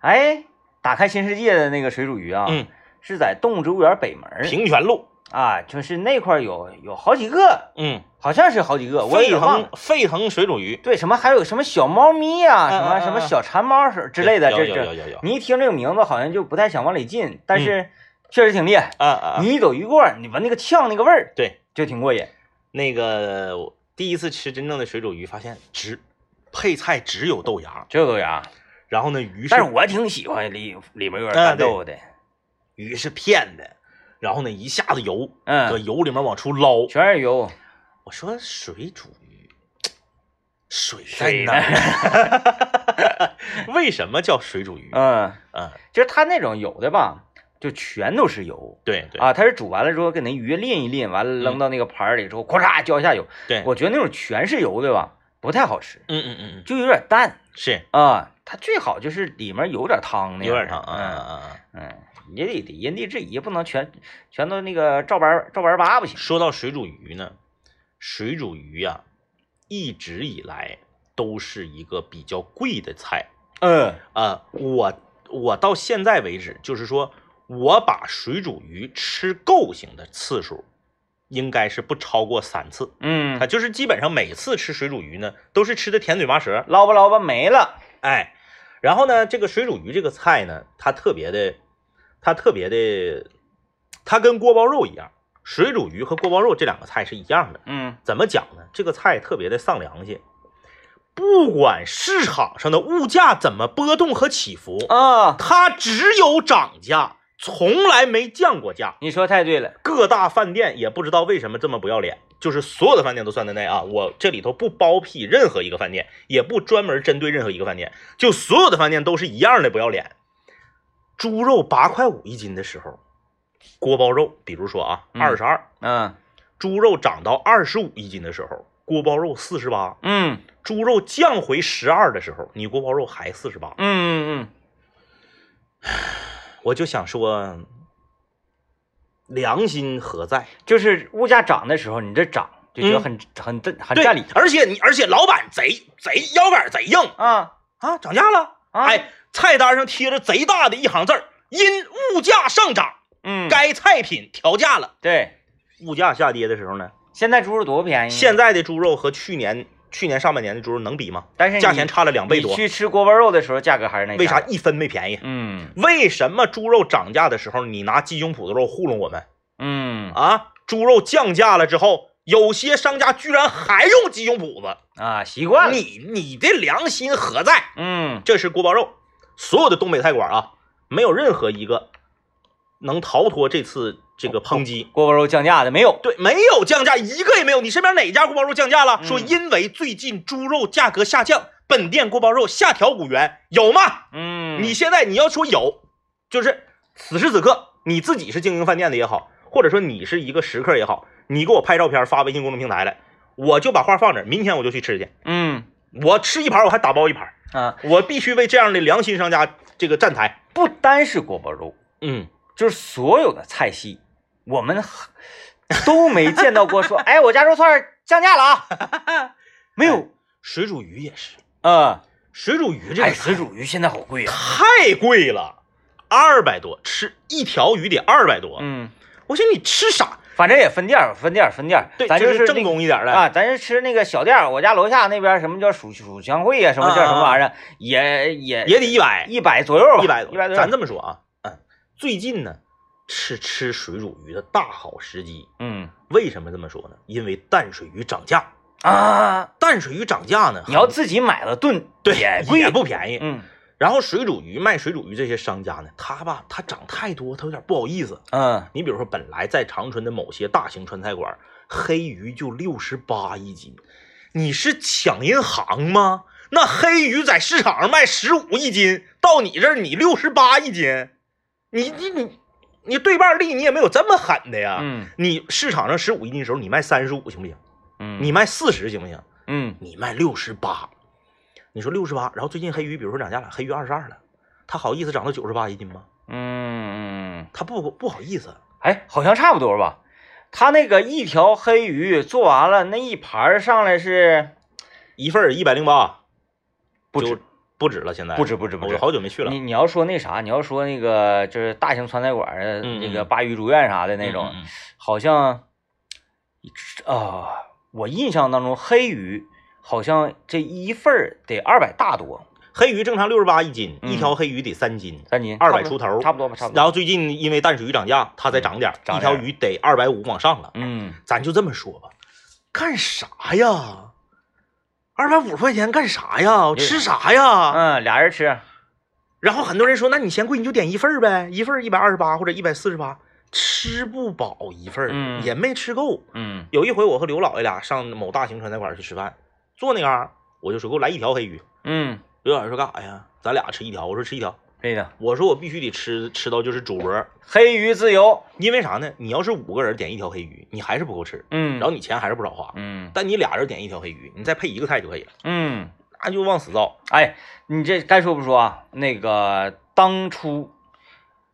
A: 哎，打开新世界的那个水煮鱼啊，
B: 嗯，
A: 是在动物植物园北门儿
B: 平泉路。
A: 啊，就是那块儿有有好几个，
B: 嗯，
A: 好像是好几个，我
B: 沸
A: 也忘
B: 腾
A: 了。
B: 沸腾水煮鱼
A: 对，什么还有什么小猫咪呀、
B: 嗯
A: 什么
B: 嗯
A: 什么
B: 嗯
A: 小馋猫是之类的，
B: 有
A: 这
B: 有有
A: 这，
B: 有有，
A: 你一听这个名字好像就不太想往里进，但是确实挺厉害。
B: 啊啊，啊
A: 你一走一过儿，你闻那个呛那个味儿
B: 对，
A: 就挺过瘾。
B: 那个我第一次吃真正的水煮鱼，发现只配菜只有啊豆芽，
A: 这豆芽，
B: 然后呢鱼是
A: 但是我挺喜欢里里面有点
B: 嗯
A: 干
B: 对
A: 豆的，
B: 鱼是片的，然后呢一下子油，
A: 嗯
B: 搁油里面往出捞。
A: 全是油。
B: 我说水煮鱼，水在
A: 水
B: 哪儿？ 为什么叫水煮鱼？
A: 嗯，
B: 嗯，
A: 就是它那种有的吧，就全都是油
B: 对对嗯
A: 啊，它是煮完了之后给那鱼淋一淋，完了扔到那个盘儿里之后，咔嚓浇一下油。
B: 对，
A: 我觉得那种全是油的吧，不太好吃，
B: 嗯嗯嗯嗯，
A: 就有点淡
B: 是
A: 啊。它最好就是里面有点汤那
B: 有
A: 样
B: 点长啊啊
A: 嗯
B: 啊！啊
A: 嗯，也得得因地制宜，不能全全都那个照搬儿照搬儿扒不行。
B: 说到水煮鱼呢，水煮鱼呀、一直以来都是一个比较贵的菜
A: 嗯
B: 啊、我我到现在为止，就是说我把水煮鱼吃够型的次数，应该是不超过三次。啊，
A: 嗯，
B: 就是基本上每次吃水煮鱼呢，都是吃的甜嘴麻舌，
A: 捞吧捞吧没了。
B: 哎，然后呢，这个水煮鱼这个菜呢，它特别的，它特别的，它跟锅包肉一样，水煮鱼和锅包肉这两个菜是一样的。
A: 嗯
B: 怎么讲呢？这个菜特别的丧良心，不管市场上的物价怎么波动和起伏，
A: 啊，
B: 它只有涨价，从来没降过价。
A: 你说太对了。
B: 各大饭店也不知道为什么这么不要脸，就是所有的饭店都算在内啊。我这里头不包庇任何一个饭店，也不专门针对任何一个饭店，就所有的饭店都是一样的不要脸。猪肉八块五一斤的时候，锅包肉，比如说啊，
A: 嗯
B: 二十二，
A: 嗯
B: 猪肉涨到二十五一斤的时候，锅包肉四十八，
A: 嗯
B: 猪肉降回十二的时候，你锅包肉还四十八
A: 嗯。嗯
B: 我就想说，良心何在？
A: 嗯，就是物价涨的时候，你这涨就觉得很、很很很
B: 嗯对
A: 占理
B: 而且你而且老板贼贼腰板贼硬
A: 啊
B: 啊，涨价了，
A: 啊！
B: 哎，菜单上贴着贼大的一行字儿，因物价上涨，
A: 嗯，
B: 该菜品调价了。
A: 对，
B: 物价下跌的时候呢，
A: 现在猪肉多便宜，
B: 现在的猪肉和去年去年上半年的猪肉能比吗？
A: 但是你
B: 价钱差了两倍
A: 你
B: 多，
A: 去吃锅包肉的时候，价格还是那
B: 为啥
A: 价？
B: 一分没便宜？
A: 嗯
B: 为什么猪肉涨价的时候，你拿鸡胸脯子肉糊弄我们
A: 嗯
B: 啊？猪肉降价了之后，有些商家居然还用鸡胸脯子，
A: 啊，习惯了。
B: 你你的良心何在？
A: 嗯
B: 这是锅包肉，所有的东北菜馆啊，没有任何一个能逃脱这次这个抨击。
A: 锅包肉降价的没有。
B: 对，没有降价，一个也没有。你身边哪家锅包肉降价了？
A: 嗯
B: 说因为最近猪肉价格下降，本店锅包肉下调五元，有吗？
A: 嗯，
B: 你现在你要说有，就是此时此刻你自己是经营饭店的也好，或者说你是一个食客也好，你给我拍照片发微信公众平台来，我就把话放这儿，明天我就去吃去。
A: 嗯
B: 我吃一盘，我还打包一盘。
A: 啊，
B: 我必须为这样的良心商家这个站台。
A: 不单是锅包肉，
B: 嗯，
A: 就是所有的菜系，我们很都没见到过说， 哎，我家肉串儿降价了啊， 没有。
B: 水煮鱼也是，
A: 啊，
B: 水煮哎鱼这
A: 哎，
B: 个
A: 水煮鱼现在好贵呀、啊
B: 太贵了，二百多吃一条鱼得二百多。
A: 嗯
B: 我寻思你吃啥？
A: 反正也分店儿，分店儿，分店儿。
B: 对，
A: 咱
B: 就
A: 就是
B: 正
A: 那
B: 宗一点的。
A: 啊，咱是吃那个小店儿，我家楼下那边什么叫蜀蜀香会呀、什么叫什么玩意儿，也也
B: 啊也得一百，
A: 一百左右吧，
B: 一百
A: 一百左右。
B: 咱这么说啊，嗯，最近呢是吃水煮鱼的大好时机。
A: 嗯
B: 为什么这么说呢？因为淡水鱼涨价，
A: 啊，
B: 淡水鱼涨价呢，
A: 你要
B: 很
A: 自己买了炖，
B: 对
A: 也
B: 也
A: 贵，
B: 不便宜。
A: 嗯
B: 然后水煮鱼卖水煮鱼这些商家呢，他吧他涨太多，他有点不好意思。
A: 嗯，
B: 你比如说，本来在长春的某些大型川菜馆，黑鱼就六十八一斤，你是抢银行吗？那黑鱼在市场上卖十五一斤，到你这儿你六十八一斤，你你你你对半利你也没有这么狠的呀。
A: 嗯
B: 你市场上十五一斤的时候，你卖三十五行不行？
A: 嗯，
B: 你卖四十行不行？
A: 嗯
B: 你卖六十八，你说六十八，然后最近黑鱼，比如说涨价了，黑鱼二十二了，他好意思涨到九十八一斤吗？
A: 嗯嗯，
B: 他不不好意思。
A: 哎，好像差不多吧。他那个一条黑鱼做完了，那一盘儿上来是
B: 一份一百零八，啊
A: 不
B: 就
A: 止，
B: 不止了，现在
A: 不止不止不止
B: 哎我好久没去了。
A: 你你要说那啥，你要说那个就是大型川菜馆儿的
B: 嗯
A: 那
B: 嗯
A: 个鲅鱼竹院啥的那种，
B: 嗯嗯嗯
A: 好像啊、我印象当中黑鱼好像这一份儿得二百大多，
B: 黑鱼正常六十八一斤，
A: 嗯
B: 一条黑鱼得三斤，
A: 三斤
B: 二
A: 差
B: 百
A: 不
B: 出
A: 多
B: 头，
A: 差不多吧，差不多。嗯
B: 然后最近因为淡水鱼涨价，它再涨点儿，
A: 涨
B: 一条
A: 点儿
B: 鱼得二百五往上了。
A: 嗯，
B: 咱就这么说吧，干啥呀？二百五块钱干啥呀？我吃啥呀？
A: 嗯，俩人吃，
B: 然后很多人说，那你嫌贵你就点一份儿呗，一份一百二十八或者一百四十八，吃不饱一份儿，
A: 嗯
B: 也没吃够。
A: 嗯
B: 有一回我和刘老爷俩上某大型川菜馆去吃饭，坐那嘎、儿，我就说给我来一条黑鱼。
A: 嗯，
B: 刘老爷说干啥呀？咱俩吃一条。我说吃一条。
A: 对的，
B: 我说我必须得吃吃到就是主脖，
A: 黑鱼自由，
B: 因为啥呢？你要是五个人点一条黑鱼，你还是不够吃，
A: 嗯，
B: 然后你钱还是不少花。
A: 嗯
B: 但你俩人点一条黑鱼，你再配一个菜就可以了，
A: 嗯，
B: 那就往死造。
A: 哎，你这该说不说啊？那个当初，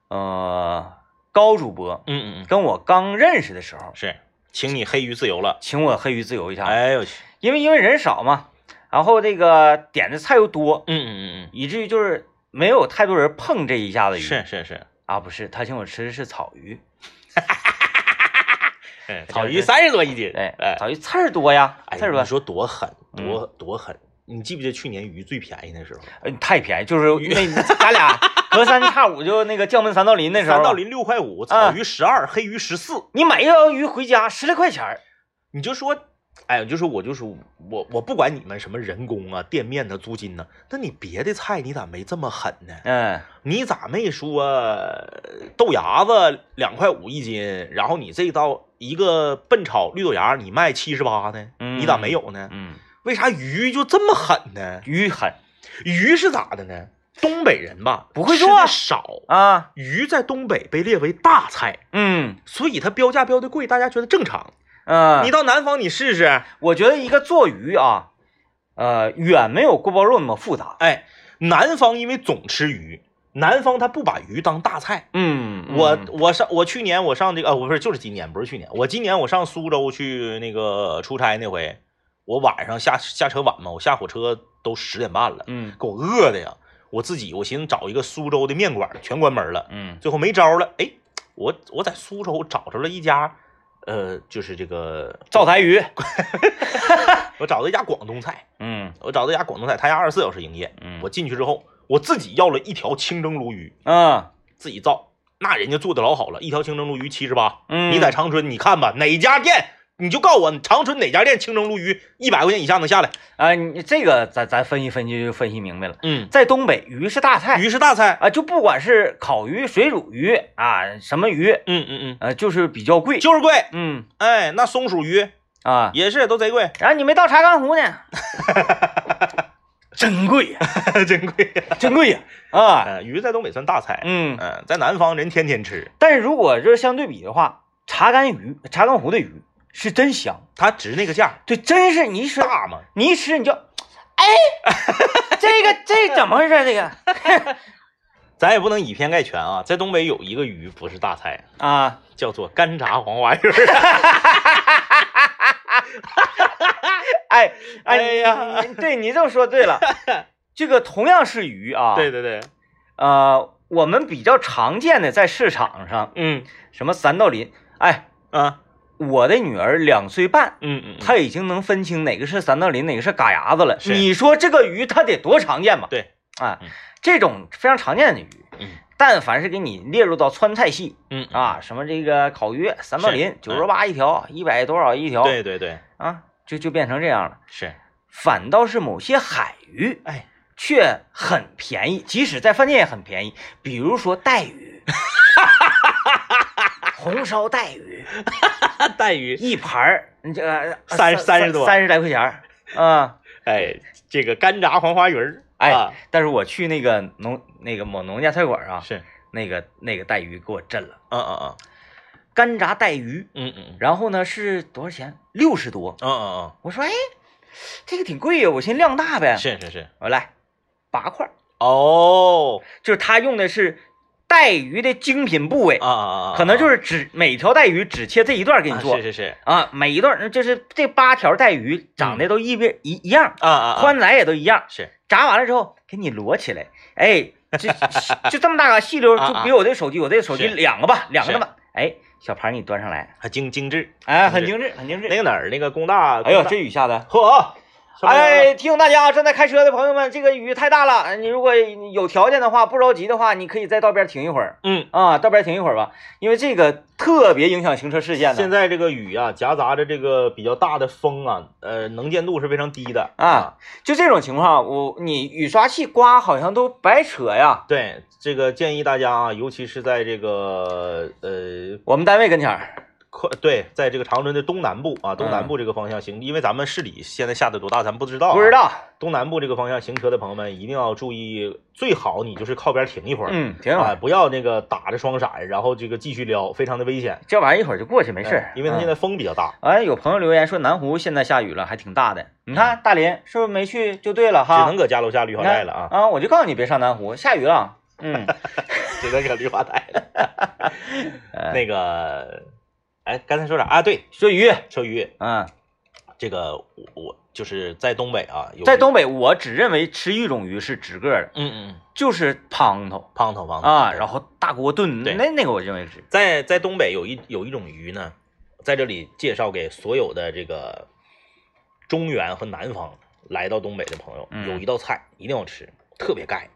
A: 呃，高主播
B: 嗯嗯
A: 跟我刚认识的时候
B: 嗯，，是，请你黑鱼自由了。
A: 请我黑鱼自由一下，
B: 哎呦我去，
A: 因为因为人少嘛，然后这个点的菜又多，
B: 嗯嗯嗯
A: 以至于就是没有太多人碰这一下子
B: 嗯，
A: 鱼。
B: 是是是，
A: 啊，不是，他请我吃的是草鱼，
B: 嗯草鱼三十多一斤，
A: 哎，
B: 哎
A: 草鱼刺儿多呀，
B: 哎，
A: 刺儿多
B: 你，说多嗯狠，多多狠！你记不记得去年鱼最便宜那时候？
A: 呃太便宜，就是那咱 俩隔三差五就那个将门三道林那时候，啊
B: 三道，林六块五，草鱼十二，黑鱼十四。
A: 你买一条鱼回家十来块钱儿，
B: 你就说，哎呀，就说我就说我我不管你们什么人工啊、店面呐、租金呐、那你别的菜你咋没这么狠呢？
A: 嗯
B: 你咋没说呃豆芽子两块五一斤，然后你这道一个笨炒绿豆芽你卖七十八呢？
A: 嗯
B: 你咋没有呢？
A: 嗯，
B: 为啥鱼就这么狠呢？
A: 鱼狠
B: 鱼是咋的呢？东北人吧，
A: 不会
B: 吃
A: 做
B: 的少，
A: 啊，
B: 鱼在东北被列为大菜，
A: 嗯
B: 所以它标价标的贵，大家觉得正常。
A: 嗯，
B: 你到南方你试试，
A: 我觉得一个做鱼啊，呃，远没有锅包肉那么复杂，
B: 哎，南方因为总吃鱼，南方他不把鱼当大菜。
A: 嗯，嗯
B: 我我上我去年我上这个啊，我不是就是今年不是去年，我今年我上苏州去那个出差那回，我晚上下下车晚嘛，我下火车都十点半了，
A: 嗯
B: 给我饿的呀，我自己我寻思找一个苏州的面馆，全关门了。
A: 嗯
B: 最后没招了，哎，我我在苏州找着了一家，呃，就是这个，
A: 灶台鱼，
B: 我找到一家广东菜，
A: 嗯
B: 我找到一家广东菜，他家二十四小时营业。
A: 嗯，
B: 我进去之后，我自己要了一条清蒸鲈鱼，
A: 嗯
B: 自己造，那人家做的老好了，一条清蒸鲈鱼七十八。
A: 嗯，
B: 你在长春，你看吧，哪家店你就告诉我，长春哪家店清蒸鲈鱼一百块钱以下能下来？
A: 啊，你这个咱咱分析分析就分析明白了，
B: 嗯，
A: 在东北鱼是大菜
B: 鱼是大菜，
A: 啊，就不管是烤鱼、水煮鱼啊，什么鱼，
B: 嗯嗯
A: 呃，就是比较贵
B: 嗯，。就是贵，
A: 嗯
B: 哎，那松鼠鱼
A: 啊，
B: 也是都贼贵，
A: 然后你没到查干湖呢，真贵呀，
B: 真贵。
A: 真贵呀啊，
B: 呃，鱼在东北算大菜，
A: 嗯
B: 嗯、。在南方人天天吃。
A: 但是如果就是相对比的话，查干鱼、查干湖的鱼是真香，
B: 它值那个价
A: 对，真是你一吃，
B: 大嘛？
A: 你一吃你就， 哎，这个这怎么回事？这个
B: 咱也不能以偏概全啊。在东北有一个鱼不是大菜，
A: 啊，
B: 叫做干炸黄花鱼儿。
A: 哎
B: 哎呀
A: 你你对你这么说对 了，这个同样是鱼啊，
B: 对，对对，
A: 呃，我们比较常见的在市场上，
B: 嗯，
A: 什么三道鳞，哎，
B: 啊，
A: 我的女儿两岁半，
B: 嗯嗯，
A: 她已经能分清哪个是三道鳞，哪个是嘎牙子了。
B: 是
A: 你说这个鱼它得多常见吧？
B: 对，
A: 啊
B: 嗯，
A: 这种非常常见的鱼，
B: 嗯
A: 但凡是给你列入到川菜系
B: 嗯啊，
A: 啊，什么这个烤鱼三道
B: 是
A: 鳞
B: 嗯
A: 九十八一条，一百多少一条，
B: 对对对，
A: 啊，就就变成这样了。
B: 是，
A: 反倒是某些海鱼
B: 哎，
A: 却很便宜，即使在饭店也很便宜，比如说带鱼。 红烧带鱼
B: 带鱼，
A: 一盘儿，你这个呃
B: 三三十多
A: 三十来块钱儿 啊！
B: 哎，这个干炸黄花鱼儿，
A: 哎
B: 啊
A: 但是我去那个农那个某农家菜馆啊，
B: 是，
A: 那个那个带鱼给我震了，
B: 嗯嗯
A: 干炸带鱼，
B: 嗯嗯嗯
A: 然后呢是多少钱？六十多。
B: 嗯嗯
A: 我说哎，这个挺贵呀，我寻思量大呗
B: 嗯，，是是是，
A: 我来八块儿，
B: 哦，
A: 就是他用的是带鱼的精品部位，
B: 啊啊啊，
A: 可能就是是只每条带鱼只切这一段给你做
B: 是是是，
A: 啊每一段就是这八条带鱼长得都一边一一样，
B: 啊嗯啊，啊
A: 宽窄也都一样，
B: 是，
A: 炸完了之后给你摞起来，哎，这就这么大个细溜，
B: 啊啊
A: 就比我这手机，我这手机
B: 是
A: 两个吧，两个那么，哎，小盘你端上来，
B: 还啊精精致，
A: 哎，
B: 很
A: 很精致，很精
B: 那
A: 致。
B: 个哪儿那个工大，
A: 哎呦，
B: 工大
A: 这雨下的。
B: 嚯，
A: 哎，提醒大家啊，正在开车的朋友们，这个雨太大了，你如果有条件的话，不着急的话，你可以在道边停一会儿
B: 嗯。
A: 啊，道边停一会儿吧，因为这个特别影响行车视线的。
B: 现在这个雨啊，夹杂着这个比较大的风啊，呃，能见度是非常低的
A: 啊，就这种情况，我你雨刷器刮好像都白扯呀。
B: 对，这个建议大家啊，尤其是在这个呃
A: 我们单位跟前儿，
B: 快对，在这个长春的东南部啊，东南部这个方向行，因为咱们市里现在下的多大，咱不知道、
A: 嗯
B: 啊
A: 不知。道，
B: 东南部这个方向行车的朋友们一定要注意，最好你就是靠边停一会儿，
A: 嗯，停一会
B: 啊，
A: 儿，
B: 不要那个打着双闪，然后这个继续撩，非常的危险。
A: 这玩意儿一会儿就过去，没事儿嗯
B: 哎。因为它现
A: 在，
B: 在风比较大。
A: 哎，有朋友留言说南湖现在下雨了，还挺大的。你看大林是不是没去就对了
B: 嗯只
A: 哈？
B: 能搁家楼下绿化
A: 你
B: 带
A: 看
B: 了啊，
A: 啊！我就告诉你别上南湖，下雨了。 嗯，
B: 只能搁绿化带了。 那个，哎，刚才说啥啊？对，
A: 说鱼，
B: 秋雨，
A: 嗯，
B: 这个我我就是在东北啊，有
A: 在，东北我只认为吃一种鱼是直个儿的，
B: 嗯嗯，
A: 就是胖头
B: 胖头胖头
A: 啊，
B: 对
A: 然后大锅炖，
B: 对
A: 那那个我认为是
B: 在在东北有一有一种鱼呢，在这里介绍给所有的这个中原和南方来到东北的朋友，
A: 嗯
B: 有一道菜一定要吃，特别盖。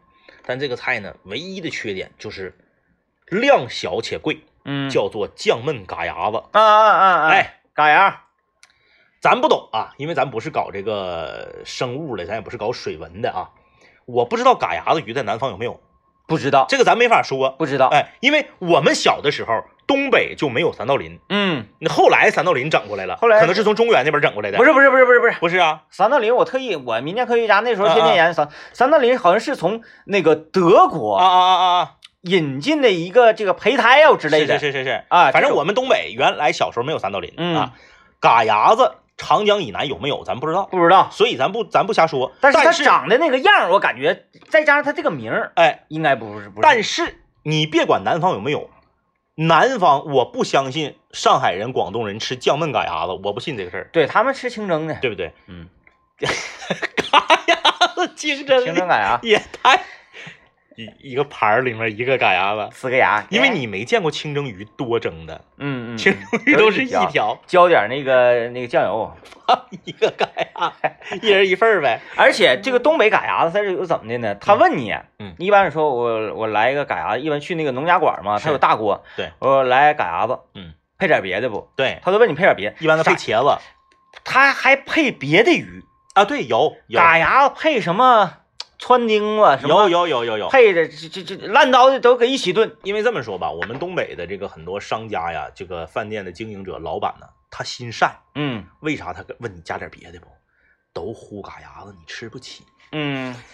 B: 但这个菜呢，唯一的缺点就是量小且贵，
A: 嗯，
B: 叫做酱焖嘎牙子。
A: 啊啊啊啊，
B: 哎，
A: 嘎牙，
B: 咱不懂啊，因为咱不是搞这个生物的，咱也不是搞水文的啊。我不知道嘎牙子鱼在南方有没有，
A: 不知道
B: 这个咱没法说。
A: 不知道，
B: 哎，因为我们小的时候，东北就没有三道鳞，
A: 嗯，
B: 那后来三道鳞整过来了，
A: 后来
B: 可能是从中原那边整过来的，
A: 不
B: 是
A: 是不是不是不是不是
B: 不是啊？
A: 三道鳞，我特意我民间科学家那时候
B: 啊
A: 天
B: 啊
A: 天研究三三道鳞，好像是从那个德
B: 啊
A: 国
B: 啊啊啊啊！
A: 引进的一个这个胚胎药之类
B: 是
A: 的
B: 是是是是
A: 啊
B: 反
A: 这
B: 正
A: 种
B: 我们东北原来小时候没有三道鳞、
A: 嗯
B: 啊，嘎牙子长江以南有没有咱不知道，
A: 不知道，
B: 所以咱不咱不瞎说。
A: 但是
B: 是
A: 它长的那个样儿，我感觉再加上它这个名儿，
B: 哎，
A: 应该不是不是，
B: 但是你别管南方有没有，南方我不相信上海人、广东人吃酱焖嘎牙子，我不信这个事儿，
A: 对他们吃清蒸的，
B: 对不 对？
A: 嗯，
B: 嘎牙子清蒸
A: 清蒸嘎牙，
B: 也太一一个盘儿里面一个嘎牙子，
A: 呲个牙，
B: 因为你没见过清蒸鱼多蒸的，
A: 嗯嗯，
B: 清
A: 嗯
B: 蒸 鱼都是一条，
A: 浇点那个那个酱油，
B: 一个嘎牙， 一人一份儿呗。
A: 而且这个东北嘎牙子它是有怎么的呢？他问你，
B: 嗯
A: 你一般说我我来一个嘎牙，一般去那个农家馆嘛，
B: 是
A: 他有大锅，
B: 对，
A: 我来嘎牙子，
B: 嗯，
A: 配点别的不？
B: 对，
A: 他都问你配点别，
B: 一般都配
A: 啥，
B: 茄子
A: 他还配别的鱼，
B: 啊，对，有有
A: 嘎牙子配什么川丁啊，什
B: 有
A: 么
B: 有有有有。
A: 配的这这这烂刀的都搁一起炖，
B: 因为这么说吧，我们东北的这个很多商家呀，这个饭店的经营者、老板呢，他心善，
A: 嗯
B: 为啥他跟问你加点别的不？都呼嘎牙子，你吃不起。
A: 嗯。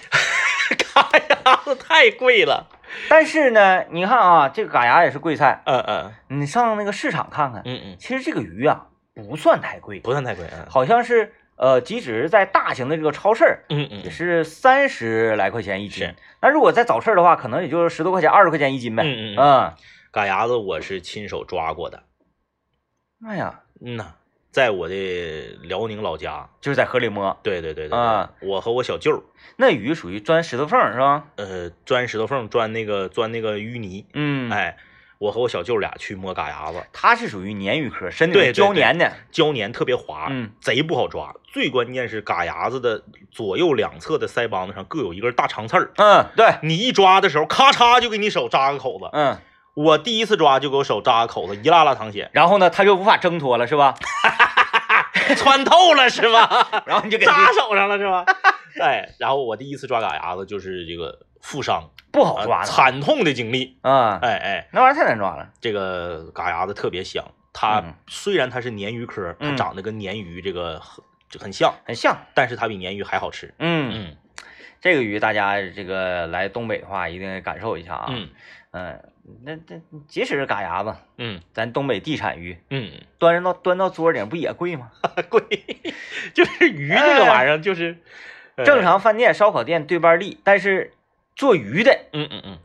B: 嘎牙子太贵了。
A: 但是呢，你看啊，这个嘎牙也是贵菜，
B: 嗯嗯
A: 你上那个市场看看，
B: 嗯嗯，
A: 其实这个鱼啊不算太贵，
B: 不算太贵。嗯
A: 好像是呃，即使是在大型的这个超市儿，
B: 嗯
A: 也
B: 嗯
A: 是三十来块钱一斤
B: 是。
A: 那如果在早市儿的话，可能也就是十多块钱、二十块钱一斤呗。
B: 嗯嗯
A: 嗯，
B: 嘎牙子我是亲手抓过的。
A: 哎呀，
B: 嗯呐，在我的辽宁老家。
A: 就是在河里摸
B: 对对对对对
A: 啊
B: 我和我小舅，
A: 那鱼，属于钻石头缝儿是吧？
B: 呃，钻石头缝，钻那个钻那个淤泥。
A: 嗯，
B: 哎，我和我小舅俩去摸嘎牙子，
A: 它是属于鲶鱼科，身
B: 对
A: 体
B: 对啊
A: 胶粘的，
B: 胶粘特别滑，
A: 嗯，
B: 贼不好抓。最关键是嘎牙子的左右两侧的腮帮子上各有一根大长刺儿，
A: 嗯， 对，
B: 你一抓的时候，咔嚓就给你手扎个口子。
A: 嗯，
B: 我第一次抓就给我手扎个口子，一拉拉淌 血，
A: 然后呢，它就无法挣脱了，是 吧？
B: 穿透了是 吧？
A: 然后你就给它
B: 啊扎手上了是吧？哎，然后我第一次抓嘎牙子就是这个负伤，
A: 不好
B: 啊
A: 抓了，
B: 惨痛的经历。
A: 嗯，
B: 哎哎，
A: 那玩意儿太难抓了，
B: 这个嘎牙子特别香，它、
A: 嗯
B: 虽然它是鲶鱼科，它
A: 嗯
B: 长得跟鲶鱼这个很就很像，
A: 很像，
B: 但是它比鲶鱼还好吃。
A: 嗯，
B: 嗯
A: 这个鱼大家这个来东北的话，一定感受一下啊，
B: 嗯
A: 嗯，那这即使是嘎牙子，
B: 嗯
A: 咱东北地产鱼
B: 嗯，
A: 端到端到桌顶不也贵吗？
B: 贵，就是鱼这个玩意儿就是、呃
A: 正。常饭店、烧烤店对半利，但是做鱼的
B: 嗯嗯嗯，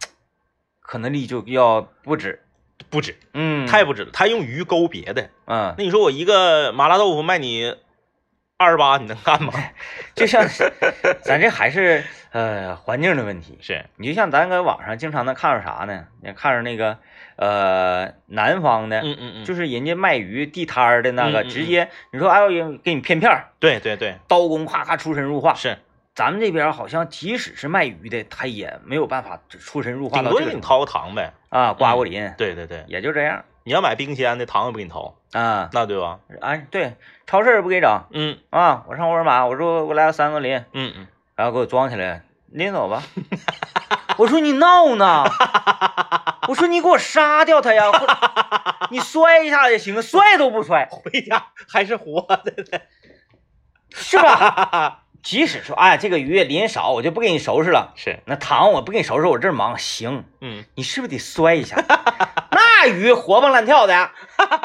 A: 可能利就要不止，
B: 不止，
A: 嗯，
B: 太不止了。他用鱼勾别的，
A: 嗯，
B: 那你说我一个麻辣豆腐卖你二十八，你能 干吗？
A: 就像 咱这还是呃环境的问题，
B: 是，
A: 你就像咱搁网上经常能看着啥呢？你看着那个呃南方的，
B: 嗯嗯嗯，
A: 就是是人家卖鱼地摊儿的那个，
B: 嗯嗯嗯
A: 直接你说哎呦给你片片儿，
B: 对对对，
A: 刀工咔咔出神入化。
B: 是，
A: 咱们这边好像即使是卖鱼的，他也没有办法出神入化
B: 顶
A: 到
B: 多嗯
A: 这
B: 就
A: 个
B: 给
A: 程
B: 你
A: 度
B: 掏个糖呗。
A: 啊，刮过鳞、
B: 对对对，
A: 也就这样
B: 你要买冰鲜的糖也不给你掏，
A: 啊。
B: 那对吧？
A: 哎，对，超市也不给整
B: 嗯
A: 啊。我上沃尔玛，我说我来了三个鳞，
B: 嗯嗯，
A: 然后给我装起来，拎走吧。我说你闹呢，我说你给我杀掉它呀，或者你摔一下也行，摔都不摔，
B: 回家还是活的。
A: 是吧？即使说哎这个鱼鳞少，我就不给你收拾了，
B: 是，
A: 那糖我不给你收拾，我这儿忙行。
B: 嗯，
A: 你是不是得摔一下？那鱼活蹦乱跳的，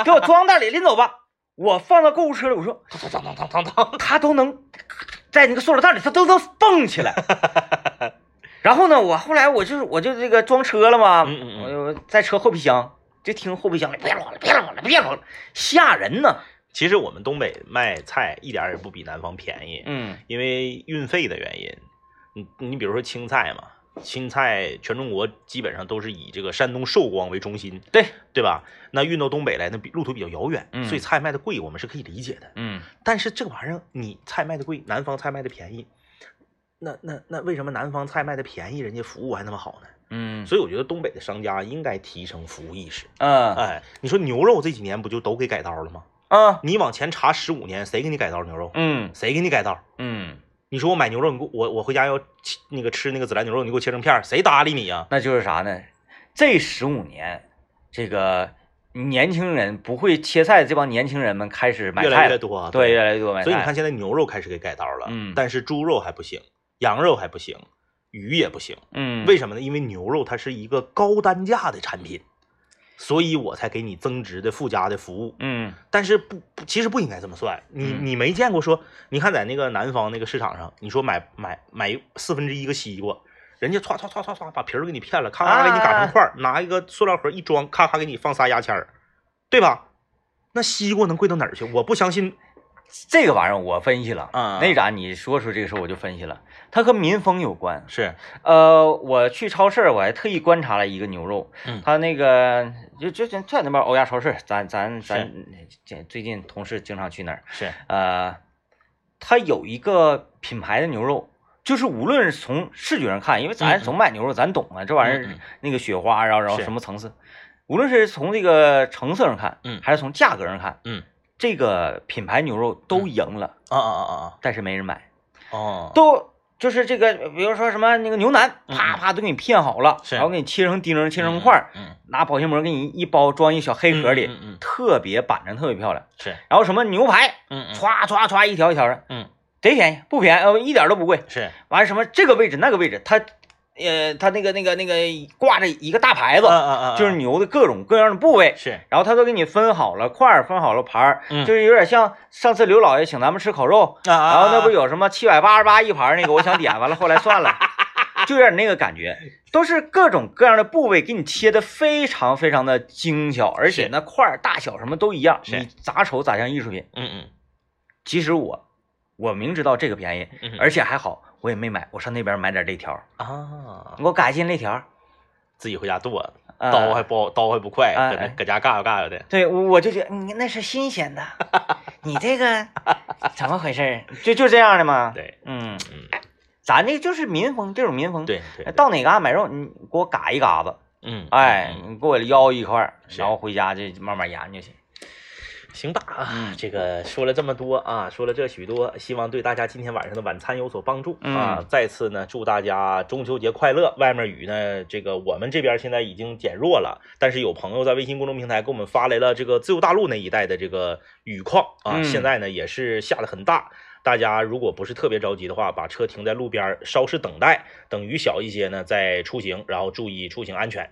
A: 给我装袋里拎走吧。我放到购物车里，我说
B: 当当当当当当，
A: 它都能在那个塑料袋里，它都能蹦起 来。然后呢，我后来我就是我就这个装车了嘛，
B: 嗯嗯嗯
A: 我就在车后备箱就听后备箱里别乱了，别乱了，别乱了，吓人呢。
B: 其实我们东北卖菜一点儿也不比南方便宜，
A: 嗯
B: 因为运费的原因。你你比如说青菜嘛，青菜全中国基本上都是以这个山东寿光为中心，
A: 对，
B: 对吧？那运到东北来，那比路途比较遥远，
A: 嗯
B: 所以菜卖的贵，我们是可以理解的。
A: 嗯，
B: 但是这个玩意儿，你菜卖的贵，南方菜卖的便宜，那那那为什么南方菜卖的便宜，人家服务还那么好呢？
A: 嗯
B: 所以我觉得东北的商家应该提升服务意识。
A: 嗯
B: 哎，你说牛肉这几年不就都给改刀了吗？
A: 嗯
B: 你往前查十五年，谁给你改刀牛肉？
A: 嗯
B: 谁给你改刀？
A: 嗯，
B: 你说我买牛肉，你给我我我回家要切那个吃那个孜然牛肉，你给我切成片儿，谁搭理你呀、
A: 那就是啥呢？这十五年，这个年轻人不会切菜，这帮年轻人们开始买
B: 越来
A: 菜
B: 越
A: 了，
B: 多啊，
A: 对，越来越多买菜。
B: 所以你看，现在牛肉开始给改刀了，
A: 嗯
B: 但是猪肉还不行，羊肉还不行，鱼也不行，
A: 嗯，
B: 为什么呢？因为牛肉它是一个高单价的产品，所以我才给你增值的附加的服务。
A: 嗯
B: 但是不不，其实不应该这么算。你
A: 嗯
B: 你没见过说，你看在那个南方那个市场上，你说买买买四分之一个西瓜，人家歘歘歘歘歘把皮儿给你片了，咔咔给你擀成块儿，拿一个塑料盒一装，咔咔给你放仨牙签儿，对吧？那西瓜能贵到哪儿去？我不相信。
A: 这个玩意儿我分析了，
B: 嗯
A: 那啥你说出这个时候我就分析了，它和民风有关。
B: 是，
A: 呃，我去超市我还特意观察了一个牛肉，
B: 嗯
A: 它那个就就就在那边欧亚超市，咱咱咱这最近同事经常去那儿，
B: 是，
A: 呃，它有一个品牌的牛肉，就是无论是从视觉上看，因为咱
B: 嗯嗯
A: 总买牛肉，咱懂啊，这玩意儿、
B: 嗯嗯
A: 那个雪花，然后然后
B: 是
A: 什么层次，无论是从这个成色上看，
B: 嗯
A: 还是从价格上看，
B: 嗯，
A: 这个品牌牛肉都赢了，
B: 啊啊啊
A: 但是没人买，
B: 啊，哦，
A: 都。就是这个，比如说什么那个牛腩，
B: 嗯
A: 啪啪都给你片好了，
B: 是
A: 然后给你切成丁儿，切成块儿，
B: 嗯，
A: 拿保鲜膜给你一包，装一小黑盒里，
B: 嗯嗯，
A: 特别板正，特别漂亮。
B: 是，
A: 然后什么牛排，
B: 嗯嗯，
A: 歘歘歘一条一条的，
B: 嗯，
A: 贼便宜，不便宜，呃，一点都不贵。
B: 是，
A: 完什么这个位置那个位置，它，呃，它那个那个那个挂着一个大牌子，
B: 啊啊
A: 就是牛的各种各样的部位，
B: 是，
A: 然后它都给你分好了块儿，分好了盘儿，
B: 嗯
A: 就是有点像上次刘老爷请咱们吃烤肉，
B: 啊啊，
A: 然后那不有什么七百八十八一盘儿那个，我想点，完了后来算了，就有点那个感觉。都是各种各样的部位给你切的非常非常的精巧，而且
B: 是
A: 那块儿大小什么都一样，
B: 是
A: 你咋瞅咋像艺术品。
B: 嗯嗯。
A: 其实我我明知道这个便宜，
B: 嗯
A: 而且还好，我也没买，我上那边买点肋条，
B: 啊，
A: 我改进肋条
B: 自己回家剁，
A: 嗯
B: 刀还不刀还不快，
A: 哎
B: 搁那
A: 哎
B: 搁家尬悠尬悠的。
A: 对，我我就觉得你那是新鲜 的，你这个怎么回事儿？就就这样的吗？
B: 对，
A: 嗯，
B: 嗯，
A: 咱这就是民风，这种民风。，
B: 对对，对
A: 哎到哪嘎买肉，你给我嘎一嘎子，
B: 嗯，
A: 哎，
B: 嗯，
A: 你给我邀一块儿，
B: 是
A: 然后回家就慢慢研究去。
B: 行吧啊
A: 嗯，
B: 这个说了这么多啊，说了这许多，希望对大家今天晚上的晚餐有所帮助
A: 嗯
B: 啊。再次呢，祝大家中秋节快乐。外面雨呢，这个我们这边现在已经减弱了，但是有朋友在微信公众平台给我们发来了这个自由大陆那一带的这个雨况啊，
A: 嗯
B: 现在呢也是下的很大。大家如果不是特别着急的话，把车停在路边儿稍事等待，等雨小一些呢再出行，然后注意出行安全。